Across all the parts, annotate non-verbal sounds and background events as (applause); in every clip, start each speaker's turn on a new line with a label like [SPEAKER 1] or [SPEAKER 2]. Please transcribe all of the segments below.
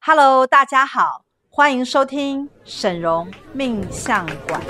[SPEAKER 1] Hello，大家好，欢迎收听沈荣命相馆。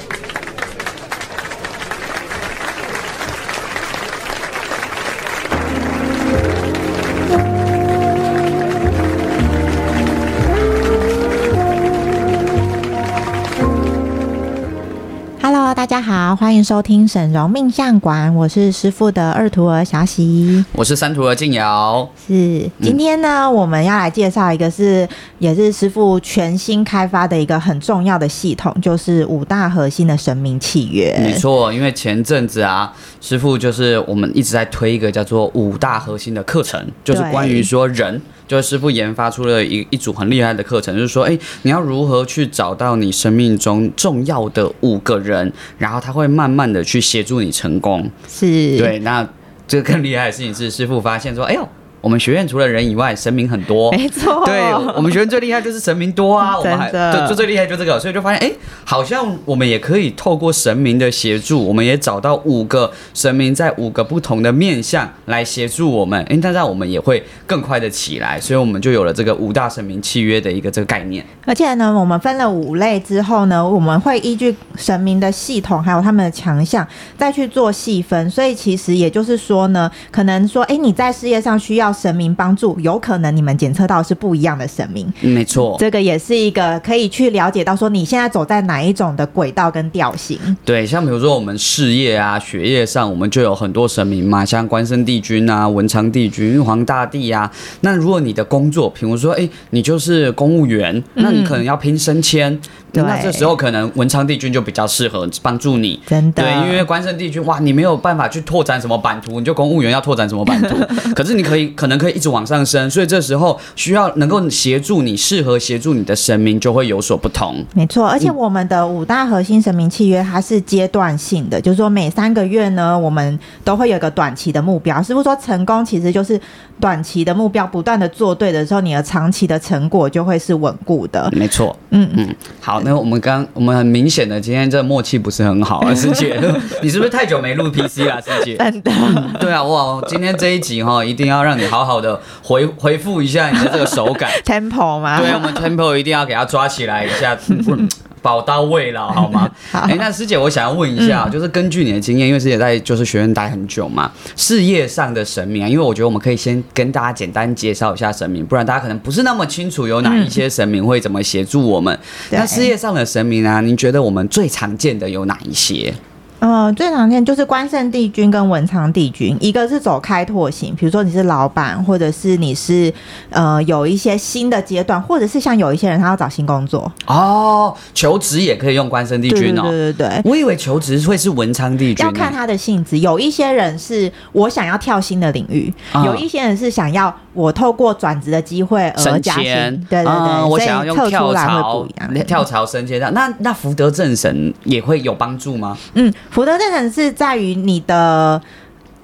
[SPEAKER 2] Hello，大家好，欢迎收听沈荣命相馆，我是师傅的二徒儿小喜。
[SPEAKER 3] 我是三徒儿静瑶，
[SPEAKER 2] 是，
[SPEAKER 3] 嗯
[SPEAKER 2] 今天呢，我们要来介绍一个是也是师傅全新开发的一个很重要的系统，就是五大核心的神明契约。
[SPEAKER 3] 没错，因为前阵子啊，师傅就是我们一直在推一个叫做五大核心的课程，就是
[SPEAKER 2] 对
[SPEAKER 3] 关于说人，就是师傅研发出了一一组很厉害的课程，就是说，哎，你要如何去找到你生命中重要的五个人，然后他会慢慢的去协助你成功。
[SPEAKER 2] 是，
[SPEAKER 3] 对，那这个更厉害的事情是，师傅发现说，哎呦，我们学院除了人以外，神明很
[SPEAKER 2] (laughs)
[SPEAKER 3] 多，
[SPEAKER 2] 没错，
[SPEAKER 3] 对我们学院最厉害就是神明多啊，我们还
[SPEAKER 2] 哦真的
[SPEAKER 3] 就就最厉害就这个，所以就发现哎、诶好像我们也可以透过神明的协助，我们也找到五个神明在五个不同的面向来协助我们，哎、那这样我们也会更快的起来，所以我们就有了这个五大神明契约的一个这个概念。
[SPEAKER 2] 而且呢，我们分了五类之后呢，我们会依据神明的系统还有他们的强项，再去做细分。所以其实也就是说呢，可能说，诶，你在事业上需要神明帮助，有可能你们检测到的是不一样的神明。
[SPEAKER 3] 嗯没错，
[SPEAKER 2] 这个也是一个可以去了解到说你现在走在哪一种的轨道跟调性。
[SPEAKER 3] 对，像比如说我们事业啊、学业上，我们就有很多神明嘛，像关圣帝君啊、文昌帝君、玉皇大帝啊。那如果你的工作，比如说，哎，你就是公务员，那你可能要拼升迁，
[SPEAKER 2] 对
[SPEAKER 3] 那这时候可能文昌帝君就比较适合帮助你。
[SPEAKER 2] 真的，
[SPEAKER 3] 对，因为关圣帝君哇，你没有办法去拓展什么版图，你就公务员要拓展什么版图，可是你可以可能可以一直往上升，所以这时候需要能够协助你、适合协助你的神明就会有所不同。
[SPEAKER 2] 没错，而且我们的五大核心神明契约它是阶段性的，就是说每三个月呢，我们都会有一个短期的目标。师傅说，成功其实就是短期的目标不断的做对的时候，你的长期的成果就会是稳固的。
[SPEAKER 3] (laughs) 没错，
[SPEAKER 2] 嗯
[SPEAKER 3] 嗯，好，那我们刚我们很明显的今天这默契不是很好啊，师姐， (laughs) 你是不是太久没录 PC 啦，师姐？
[SPEAKER 2] 真的， (laughs)
[SPEAKER 3] 对啊，哇，今天这一集哈、一定要让你好好的回回复一下你的这个手感，
[SPEAKER 2] tempo 吗？
[SPEAKER 3] (laughs) 对我啊们 tempo 一定要给它抓起来一
[SPEAKER 2] (laughs)
[SPEAKER 3] 下，嗯宝刀未老，好吗？
[SPEAKER 2] 好嗯
[SPEAKER 3] 哎、那师姐，我想要问一下，就是根据你的经验，因为师姐在就是学院待很久嘛，事业上的神明啊，因为我觉得我们可以先跟大家简单介绍一下神明，不然大家可能不是那么清楚有哪一些神明会怎么协助我们。
[SPEAKER 2] (laughs) 对
[SPEAKER 3] 那事业上的神明啊，您觉得我们最常见的有哪一些？
[SPEAKER 2] 呃，最常见就是关圣帝君跟文昌帝君，一个是走开拓型，比如说你是老板，或者是你是呃有一些新的阶段，或者是像有一些人他要找新工作，
[SPEAKER 3] 哦，求职也可以用关圣帝君
[SPEAKER 2] 对
[SPEAKER 3] 哦。
[SPEAKER 2] 对对对对。
[SPEAKER 3] 我以为求职会是文昌帝君、
[SPEAKER 2] 要
[SPEAKER 3] 呢。
[SPEAKER 2] 看他的性质，有一些人是我想要跳新的领域，
[SPEAKER 3] 啊
[SPEAKER 2] 有一些人是想要我透过转职的机会而
[SPEAKER 3] 升
[SPEAKER 2] 加薪
[SPEAKER 3] 迁，，
[SPEAKER 2] 呃对对对，
[SPEAKER 3] 嗯我
[SPEAKER 2] 所以
[SPEAKER 3] 想要用
[SPEAKER 2] 测出
[SPEAKER 3] 跳
[SPEAKER 2] 来会
[SPEAKER 3] 槽
[SPEAKER 2] 不一样。
[SPEAKER 3] 跳槽升迁这样那那福德正神也会有帮助吗？
[SPEAKER 2] 嗯，福德正成是在于你的。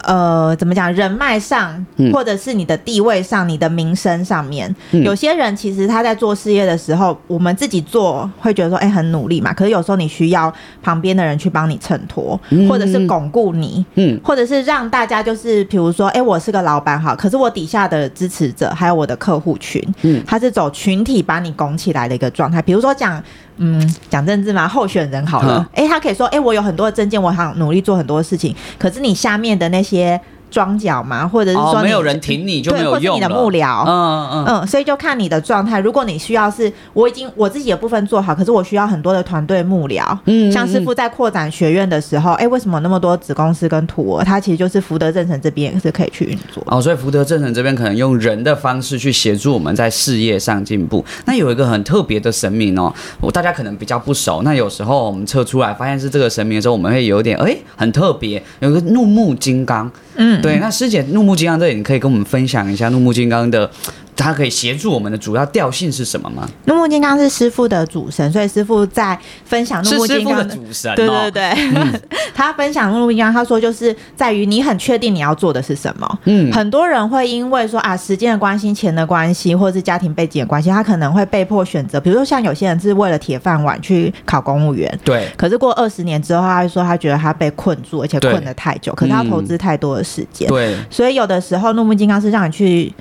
[SPEAKER 2] 呃，怎么讲？人脉上，
[SPEAKER 3] 嗯
[SPEAKER 2] 或者是你的地位上，你的名声上面，
[SPEAKER 3] 嗯
[SPEAKER 2] 有些人其实他在做事业的时候，我们自己做会觉得说，哎、很努力嘛。可是有时候你需要旁边的人去帮你衬托，
[SPEAKER 3] 嗯
[SPEAKER 2] 或者是巩固你，
[SPEAKER 3] 嗯，
[SPEAKER 2] 或者是让大家就是，比如说，哎、我是个老板哈，可是我底下的支持者还有我的客户群，
[SPEAKER 3] 嗯
[SPEAKER 2] 他是走群体把你拱起来的一个状态。比如说讲，嗯，讲政治嘛，候选人好了，
[SPEAKER 3] 嗯
[SPEAKER 2] 哎、他可以说，哎、我有很多的证件，我想努力做很多事情，可是你下面的那些庄脚嘛，或者是说
[SPEAKER 3] 哦
[SPEAKER 2] 你、，
[SPEAKER 3] 没有人挺你就
[SPEAKER 2] 对
[SPEAKER 3] 没有
[SPEAKER 2] 或是
[SPEAKER 3] 用
[SPEAKER 2] 你
[SPEAKER 3] 了。
[SPEAKER 2] 的幕僚，
[SPEAKER 3] 嗯嗯
[SPEAKER 2] 嗯，所以就看你的状态。如果你需要是，我已经我自己的部分做好，可是我需要很多的团队幕僚。
[SPEAKER 3] 嗯
[SPEAKER 2] 像师傅在扩展学院的时候，哎、为什么有那么多子公司跟徒儿？它其实就是福德正成这边也是可以去运作。
[SPEAKER 3] 哦，所以福德正神这边可能用人的方式去协助我们在事业上进步。那有一个很特别的神明哦，我大家可能比较不熟。那有时候我们测出来发现是这个神明的时候，我们会有点哎很特别，有个怒目金刚。
[SPEAKER 2] 嗯，
[SPEAKER 3] 对，那师姐，怒目金刚这里你可以跟我们分享一下怒目金刚的，它可以协助我们的主要调性是什么吗？
[SPEAKER 2] 怒目金刚是师傅的主神，所以师傅在分享怒
[SPEAKER 3] 是
[SPEAKER 2] 目
[SPEAKER 3] 师
[SPEAKER 2] 金
[SPEAKER 3] 傅
[SPEAKER 2] 刚
[SPEAKER 3] 的
[SPEAKER 2] 的。
[SPEAKER 3] 主神、哦，
[SPEAKER 2] 对对对， (laughs) 他分享怒目金刚，他说就是在于你很确定你要做的是什么，
[SPEAKER 3] 嗯，
[SPEAKER 2] 很多人会因为说啊时间的关系、钱的关系，或者是家庭背景的关系，他可能会被迫选择。比如说像有些人是为了铁饭碗去考公务员，
[SPEAKER 3] 对，
[SPEAKER 2] 可是过二十年之后，他会说他觉得他被困住，而且
[SPEAKER 3] 对
[SPEAKER 2] 困得太久，可是他投资太多的时间。
[SPEAKER 3] 对，
[SPEAKER 2] 所以有的时候，怒目金刚是让你去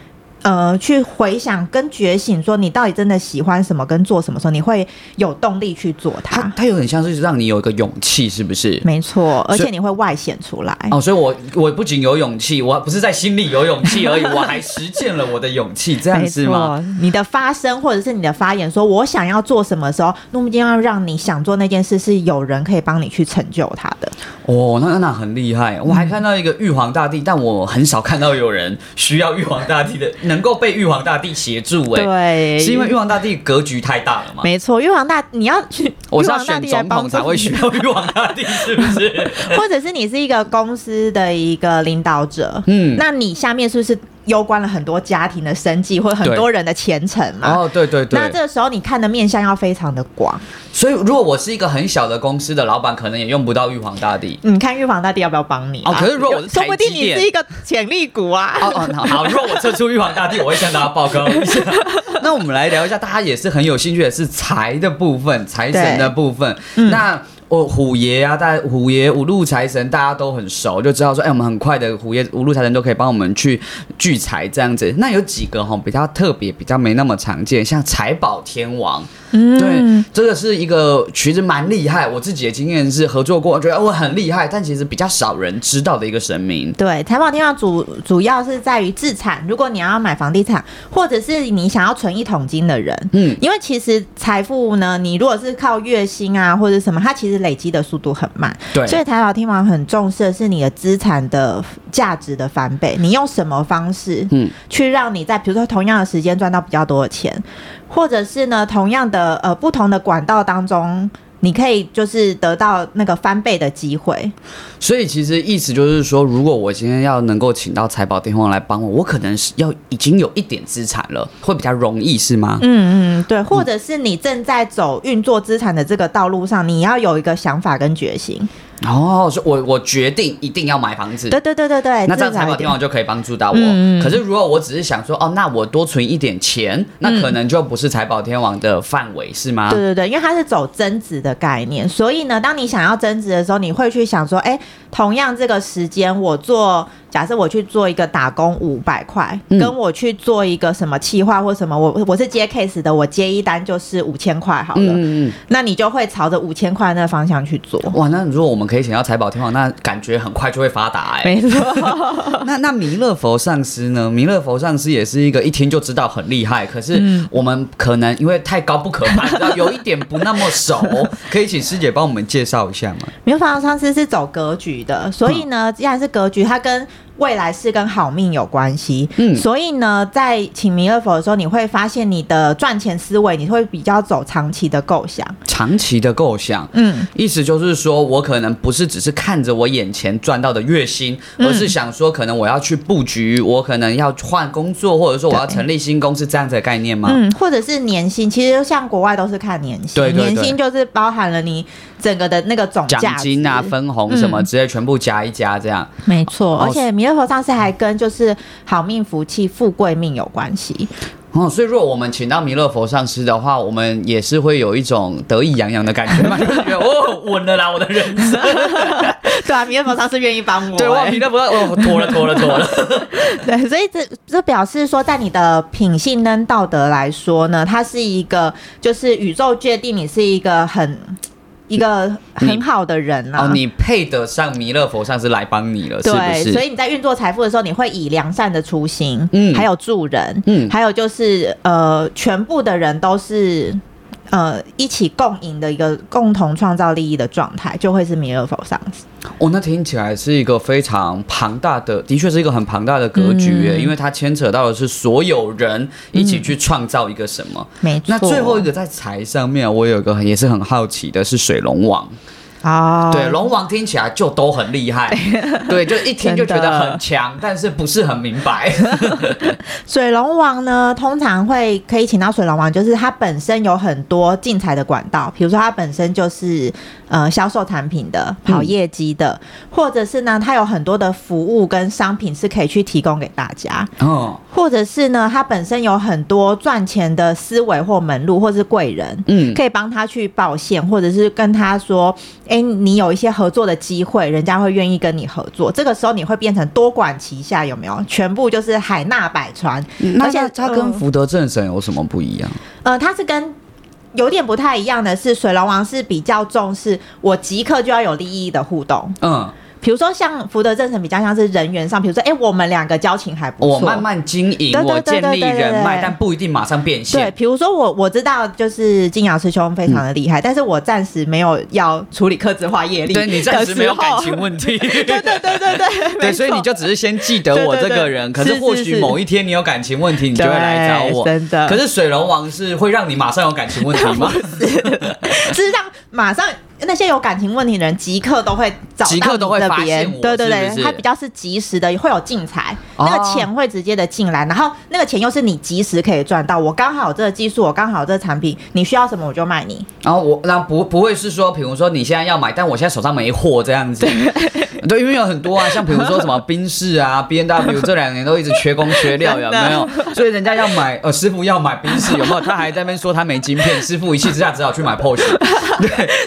[SPEAKER 2] 呃去回想跟觉醒，说你到底真的喜欢什么跟做什么时候，你会有动力去做它。
[SPEAKER 3] 它它有点像是让你有一个勇气，是不是？
[SPEAKER 2] 没错，而
[SPEAKER 3] 所以
[SPEAKER 2] 且你会外显出来。
[SPEAKER 3] 哦，所以我我不仅有勇气，我不是在心里有勇气而已，我还实践了我的勇
[SPEAKER 2] (laughs)
[SPEAKER 3] 气，这样
[SPEAKER 2] 没
[SPEAKER 3] 是吗？
[SPEAKER 2] 错，你的发声或者是你的发言，说我想要做什么的时候，那么一定要让你想做那件事是有人可以帮你去成就它的。
[SPEAKER 3] 哦，那那很厉害。我还看到一个玉皇大帝，但我很少看到有人需要玉皇大帝的，能够被玉皇大帝协助、欸。
[SPEAKER 2] 对
[SPEAKER 3] 是因为玉皇大帝格局太大了吗？
[SPEAKER 2] 没错，玉皇大，你要去，
[SPEAKER 3] 我是
[SPEAKER 2] 玉
[SPEAKER 3] 要
[SPEAKER 2] 皇大
[SPEAKER 3] 选
[SPEAKER 2] 帝来
[SPEAKER 3] 总
[SPEAKER 2] 帮
[SPEAKER 3] 统
[SPEAKER 2] 助
[SPEAKER 3] 才会需
[SPEAKER 2] 你
[SPEAKER 3] 要玉皇大帝，是不
[SPEAKER 2] (laughs)
[SPEAKER 3] 是？
[SPEAKER 2] 或者是你是一个公司的一个领导者，
[SPEAKER 3] 嗯
[SPEAKER 2] 那你下面是不是攸关了很多家庭的生计或很多人的前程嘛？
[SPEAKER 3] 哦，对对对。
[SPEAKER 2] 那这时候你看的面相要非常的广，
[SPEAKER 3] 所以如果我是一个很小的公司的老板，可能也用不到玉皇大帝。
[SPEAKER 2] 你嗯看玉皇大帝要不要帮你啊？
[SPEAKER 3] 哦可是如果我是
[SPEAKER 2] 说不定
[SPEAKER 3] 台积
[SPEAKER 2] 你
[SPEAKER 3] 电
[SPEAKER 2] 是一个潜力股啊。
[SPEAKER 3] 哦哦，好好，如果我测出玉皇大帝，我会向大家报告一下。 (laughs) 那我们来聊一下，大家也是很有兴趣的是财的部分，财神的部分。那我、虎爷啊，大家虎爷五路财神，大家都很熟，就知道说，哎、我们很快的虎爷五路财神都可以帮我们去聚财这样子。那有几个哈比较特别，比较没那么常见，像财宝天王，对，这个是一个其实蛮厉害。我自己的经验是合作过，觉得哦我很厉害，但其实比较少人知道的一个神明。
[SPEAKER 2] 对，财宝天王主主要是在于自产。如果你要买房地产，或者是你想要存一桶金的人，
[SPEAKER 3] 嗯
[SPEAKER 2] 嗯，因为其实财富呢，你如果是靠月薪啊或者什么，它其实累积的速度很慢。
[SPEAKER 3] 对
[SPEAKER 2] 所以财宝天王很重视的是你的资产的价值的翻倍，你用什么方式，
[SPEAKER 3] 嗯
[SPEAKER 2] 嗯，去让你在比如说同样的时间赚到比较多的钱，或者是呢同样的呃不同的管道当中。你可以就是得到那个翻倍的机会，
[SPEAKER 3] 所以其实意思就是说，如果我今天要能够请到财宝天王来帮我，我可能是要已经有一点资产了，会比较容易是吗？
[SPEAKER 2] 嗯嗯，对，或者是你正在走运作资产的这个道路上，你要有一个想法跟决心。
[SPEAKER 3] 哦，所以我我决定一定要买房子。
[SPEAKER 2] 对对对对对，
[SPEAKER 3] 那这
[SPEAKER 2] 至
[SPEAKER 3] 样财
[SPEAKER 2] 少
[SPEAKER 3] 宝
[SPEAKER 2] 一
[SPEAKER 3] 天
[SPEAKER 2] 点。
[SPEAKER 3] 王就可以帮助到我。
[SPEAKER 2] 嗯嗯
[SPEAKER 3] 可是如果我只是想说，哦，那我多存一点钱，那可能就不是财宝天王的范围，是吗？
[SPEAKER 2] 对对对，因为它是走增值的概念，所以呢，当你想要增值的时候，你会去想说，哎，同样这个时间，我做假设我去做一个打工五百块，
[SPEAKER 3] 嗯
[SPEAKER 2] 跟我去做一个什么企划或什么，我我是接 case 的，我接一单就是五千块好了，
[SPEAKER 3] 嗯嗯
[SPEAKER 2] 那你就会朝着五千块那个方向去做。
[SPEAKER 3] 嗯，哇，那如果我们可以请到财宝天王，那感觉很快就会发达哎、
[SPEAKER 2] 没错，
[SPEAKER 3] (laughs) 那那弥勒佛上师呢？弥勒佛上师也是一个一听就知道很厉害，可是
[SPEAKER 2] 嗯
[SPEAKER 3] 我们可能因为太高不可攀，然后有一点不那么
[SPEAKER 2] (laughs)
[SPEAKER 3] 熟，可以请师姐帮我们介绍一下吗？
[SPEAKER 2] 民房上司是走格局的，所以
[SPEAKER 3] 嗯
[SPEAKER 2] 呢，既然是格局，它跟未来是跟好命有关系。
[SPEAKER 3] 嗯
[SPEAKER 2] 所以呢，在请弥勒佛的时候，你会发现你的赚钱思维，你会比较走长期的构想。
[SPEAKER 3] 长期的构想。
[SPEAKER 2] 嗯，
[SPEAKER 3] 意思就是说，我可能不是只是看着我眼前赚到的月薪，
[SPEAKER 2] 嗯
[SPEAKER 3] 而是想说，可能我要去布局，我可能要换工作，或者说我要成立新公司这样子的概念吗？
[SPEAKER 2] 嗯，或者是年薪，其实像国外都是看年薪，
[SPEAKER 3] 啊对对对
[SPEAKER 2] 年薪就是包含了你整个的那个总
[SPEAKER 3] 奖
[SPEAKER 2] 价值
[SPEAKER 3] 金啊、分红什么之类，全部加一加这样。
[SPEAKER 2] 没错，
[SPEAKER 3] 哦
[SPEAKER 2] 而且弥勒佛上司还跟就是好命、福气、富贵命有关系。
[SPEAKER 3] (laughs) 哦，所以如果我们请到弥勒佛上师的话，我们也是会有一种得意洋洋的感觉 (laughs) 嘛，就是觉得哦稳了啦，我的人生，
[SPEAKER 2] 对啊，弥勒佛上司愿意帮我、
[SPEAKER 3] (laughs) 对，哇，
[SPEAKER 2] 欸
[SPEAKER 3] 弥勒佛，哦，妥了，妥了，妥了。 (laughs)
[SPEAKER 2] (laughs) 对，所以这这表示说，在你的品性跟道德来说呢，它是一个，就是宇宙界定你是一个很一个很好的人啊。
[SPEAKER 3] 哦，你配得上弥勒佛上师来帮你了，是
[SPEAKER 2] 对，
[SPEAKER 3] 不
[SPEAKER 2] 所
[SPEAKER 3] 是？
[SPEAKER 2] 以你在运作财富的时候，你会以良善的初心，
[SPEAKER 3] 嗯
[SPEAKER 2] 还有助人，
[SPEAKER 3] 嗯
[SPEAKER 2] 还有就是呃，全部的人都是呃一起共赢的一个共同创造利益的状态，就会是弥勒佛上师。
[SPEAKER 3] 哦，那听起来是一个非常庞大的，的确是一个很庞大的格局耶，因为它牵扯到的是所有人一起去创造一个什么。
[SPEAKER 2] 没错。
[SPEAKER 3] 那最后一个在财上面，我有一个很也是很好奇的是水龙王。
[SPEAKER 2] 哦，
[SPEAKER 3] 对，龙王听起来就都很
[SPEAKER 2] (laughs)
[SPEAKER 3] 厉害，对，就一听就觉得很强，但是不是很明白。
[SPEAKER 2] 水龙王呢，通常会可以请到水龙王，就是它本身有很多进财的管道，比如说它本身就是呃销售产品的、跑业绩的，或者是呢它有很多的服务跟商品是可以去提供给大家， (laughs)
[SPEAKER 3] 哦，
[SPEAKER 2] 或者是呢它本身有很多赚钱的思维或门路，或是贵人。
[SPEAKER 3] 嗯，
[SPEAKER 2] 可以帮他去报线，或者是跟他说，哎、哎，你有一些合作的机会，人家会愿意跟你合作。这个时候你会变成多管齐下，有没有？全部就是海纳百川，
[SPEAKER 3] 那
[SPEAKER 2] 而且
[SPEAKER 3] 它它
[SPEAKER 2] 嗯
[SPEAKER 3] 跟福德正神有什么不一样？
[SPEAKER 2] 呃，它是跟有点不太一样的是，水龙王是比较重视我即刻就要有利益的互动。
[SPEAKER 3] 嗯，
[SPEAKER 2] 比如说像福德正神比较像是人员上，比如说哎、诶我们两个交情还不错，
[SPEAKER 3] 我慢慢经营，
[SPEAKER 2] 对对
[SPEAKER 3] 我建
[SPEAKER 2] 对
[SPEAKER 3] 立
[SPEAKER 2] 对对
[SPEAKER 3] 人脉，
[SPEAKER 2] 对
[SPEAKER 3] 但不一定马上变
[SPEAKER 2] 对，
[SPEAKER 3] 现。
[SPEAKER 2] 比如说我我知道就是金瑶师兄非常的厉害，但是我暂时没有要处理科职化业力，
[SPEAKER 3] 嗯对你暂时没有感情。问题， (laughs)
[SPEAKER 2] 对 (laughs) 对对对对，
[SPEAKER 3] 对，
[SPEAKER 2] 没
[SPEAKER 3] 所以
[SPEAKER 2] 错
[SPEAKER 3] 你就只是先记得
[SPEAKER 2] 对对
[SPEAKER 3] 我这
[SPEAKER 2] 对
[SPEAKER 3] 个人，可
[SPEAKER 2] 是
[SPEAKER 3] 是或
[SPEAKER 2] 是
[SPEAKER 3] 许
[SPEAKER 2] 是
[SPEAKER 3] 某一天你有感情问题，你就会来找
[SPEAKER 2] 对
[SPEAKER 3] 我。
[SPEAKER 2] 真的
[SPEAKER 3] 可是水龙王是会让你马上有感情问题
[SPEAKER 2] (laughs)
[SPEAKER 3] 吗？
[SPEAKER 2] 事实上马上那些有感情问题的人即刻都会找到
[SPEAKER 3] 即刻都会
[SPEAKER 2] 你这
[SPEAKER 3] 发现
[SPEAKER 2] 边
[SPEAKER 3] 我
[SPEAKER 2] 对对对，
[SPEAKER 3] 是不是
[SPEAKER 2] 他比较是及时的，会有进财，
[SPEAKER 3] 哦
[SPEAKER 2] 那个钱会直接的进来，然后那个钱又是你及时可以赚到。我刚好有这个技术，我刚好有这个产品，你需要什么我就卖
[SPEAKER 3] (laughs)
[SPEAKER 2] 你。
[SPEAKER 3] 然后我那不不会是说，比如说你现在要买，但我现在手上没货这样子。对，因为有很多啊，像比如说什么宾士啊、B N W 这两年都一直缺工缺料，有没有？所以人家要买，呃，师傅要买宾士，有没有？他还在那边说他没晶片，师傅一气之下只好去买 Porsche。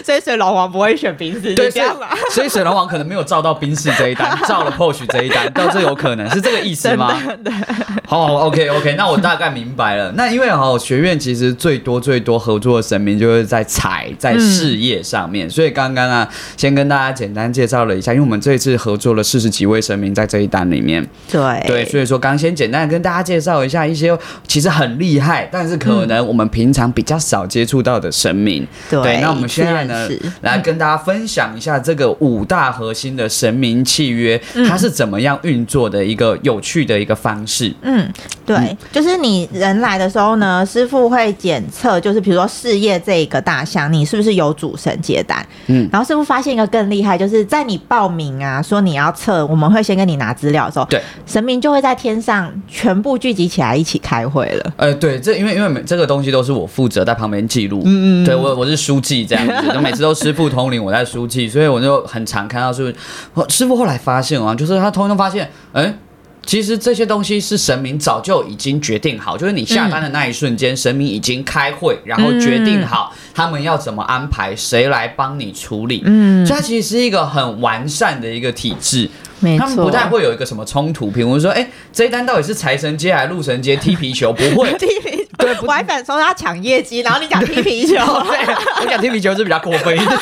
[SPEAKER 2] 所以水龙王不会选瓶子，
[SPEAKER 3] 对，
[SPEAKER 2] 是这
[SPEAKER 3] 所以
[SPEAKER 2] 样吗？
[SPEAKER 3] 所以水龙王可能没有照到宾士这
[SPEAKER 2] (laughs)
[SPEAKER 3] 一单，照了 Porsche 这一单，到这有可能是这个意思吗？ (laughs) 好好，OK OK，那我大概明白了。那因为哦，学院其实最多最多合作的神明就是在财
[SPEAKER 2] 嗯
[SPEAKER 3] 在事业上面，所以刚刚啊，先跟大家简单介绍了一下，因为我们这一次合作了四十几位神明在这一单里面，
[SPEAKER 2] 对
[SPEAKER 3] 对，所以说刚先简单地跟大家介绍一下一些其实很厉害，但是可能我们平常比较少接触到的神明。
[SPEAKER 2] 对
[SPEAKER 3] 那我们现在
[SPEAKER 2] 一
[SPEAKER 3] 呢
[SPEAKER 2] 次认识，
[SPEAKER 3] 来跟大家分享一下这个五大核心的神明契约，它是怎么样运作的一个有趣的一个方式。
[SPEAKER 2] 嗯，对，就是你人来的时候呢，师傅会检测，就是比如说事业这一个大项，你是不是有主神接单？
[SPEAKER 3] 嗯
[SPEAKER 2] 嗯，然后师傅发现一个更厉害，就是在你报名啊，说你要测，我们会先跟你拿资料的时候，
[SPEAKER 3] 对，
[SPEAKER 2] 神明就会在天上全部聚集起来一起开会了。
[SPEAKER 3] 呃，对，这因为因为每这个东西都是我负责在旁边记录，嗯嗯，对我我是书记这样子，就每次都师傅统领我在书记，所以我就很常看到师傅，师傅后来发现啊，就是他通通发现，哎、其实这些东西是神明早就已经决定好，就是你下单的那一瞬间，神明已经开会，然后决定好他们要怎么安排，谁来帮你处理。嗯，所以它其实是一个很完善的一个体制。
[SPEAKER 2] 没
[SPEAKER 3] 他们不
[SPEAKER 2] (laughs)
[SPEAKER 3] 太会有一个什么冲突，比如说，哎、这一单到底是财神街还是路神街踢皮球？不会，
[SPEAKER 2] 踢皮，对，我还反说他抢业绩，然后你讲踢皮球，
[SPEAKER 3] (laughs) 对，我讲踢皮球是比较过分一点，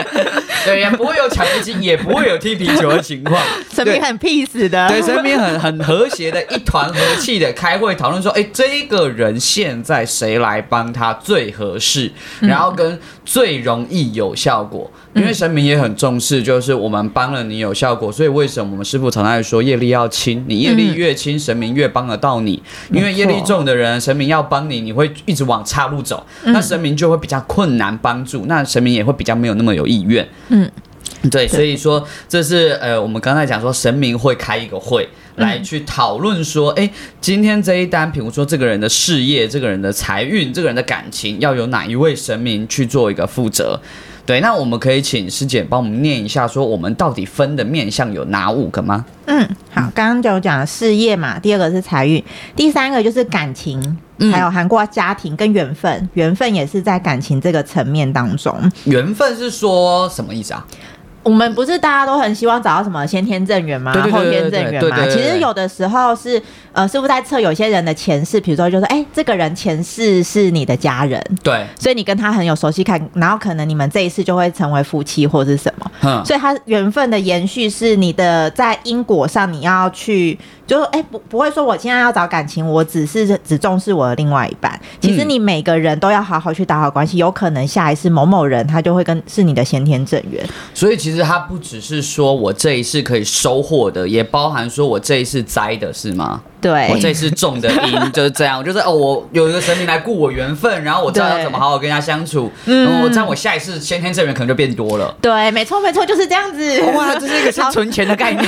[SPEAKER 3] (laughs) 对，也不会有抢皮球，也不会有踢皮球的情况。
[SPEAKER 2] (laughs) 神明很 peace 的，
[SPEAKER 3] (laughs) 对，身边很很和谐的，一团和气的开会讨论说，哎、这个人现在谁来帮他最合适，
[SPEAKER 2] 嗯
[SPEAKER 3] 然后跟最容易有效果。因为神明也很重视，就是我们帮了你有效果，所以为什么我们师傅常常说业力要轻，你业
[SPEAKER 2] 嗯
[SPEAKER 3] 力越轻，神明越帮得到你。因为业力重的人，神明要帮你，你会一直往岔路走，那神明就会比较困难帮助，那神明也会比较没有那么有意愿。对，所以说这是呃，我们刚才讲说神明会开一个会来去讨论说，哎、今天这一单，比如说这个人的事业、这个人的财运、这个人的感情，要由哪一位神明去做一个负责？对，那我们可以请师姐帮我们念一下，说我们到底分的面向有哪五个吗？
[SPEAKER 2] 嗯，好，刚刚就有讲了事业嘛，第二个是财运，第三个就是感情，
[SPEAKER 3] 嗯
[SPEAKER 2] 还有韩国家庭跟缘分，缘分也是在感情这个层面当中。
[SPEAKER 3] 缘分是说什么意思啊？
[SPEAKER 2] 我们不是大家都很希望找到什么先天正缘吗
[SPEAKER 3] 对？对对
[SPEAKER 2] 后
[SPEAKER 3] 对
[SPEAKER 2] 天正缘
[SPEAKER 3] 对对
[SPEAKER 2] 嘛？
[SPEAKER 3] 对
[SPEAKER 2] 其
[SPEAKER 3] 对
[SPEAKER 2] 实有的时候是呃，师傅在测有些人的前世，比如说就说，哎、这个人前世是你的家人，
[SPEAKER 3] 对，
[SPEAKER 2] 所以你跟他很有熟悉感，然后可能你们这一次就会成为夫妻或是什么。
[SPEAKER 3] 嗯，
[SPEAKER 2] 所以它缘分的延续是你的在因果上你要去，就是哎、不不会说我现在要找感情，我只是只重视我的另外一半。其实
[SPEAKER 3] 嗯
[SPEAKER 2] 你每个人都要好好去打好关系，有可能下一次某某人他就会跟是你的先天正缘。
[SPEAKER 3] 所以其实它不只是说我这一次可以收获的，也包含说我这一次栽的是吗？我这
[SPEAKER 2] 对，
[SPEAKER 3] 次中的因就是这样，就是哦，我有一个神明来顾我缘分，然后我知道
[SPEAKER 2] 对
[SPEAKER 3] 要怎么好好跟他相处，嗯，我这样我下一次先天正缘可能就变多了。
[SPEAKER 2] 对，没错没错，就是这样 (laughs) 子。
[SPEAKER 3] 哇，这是一个是存钱的概念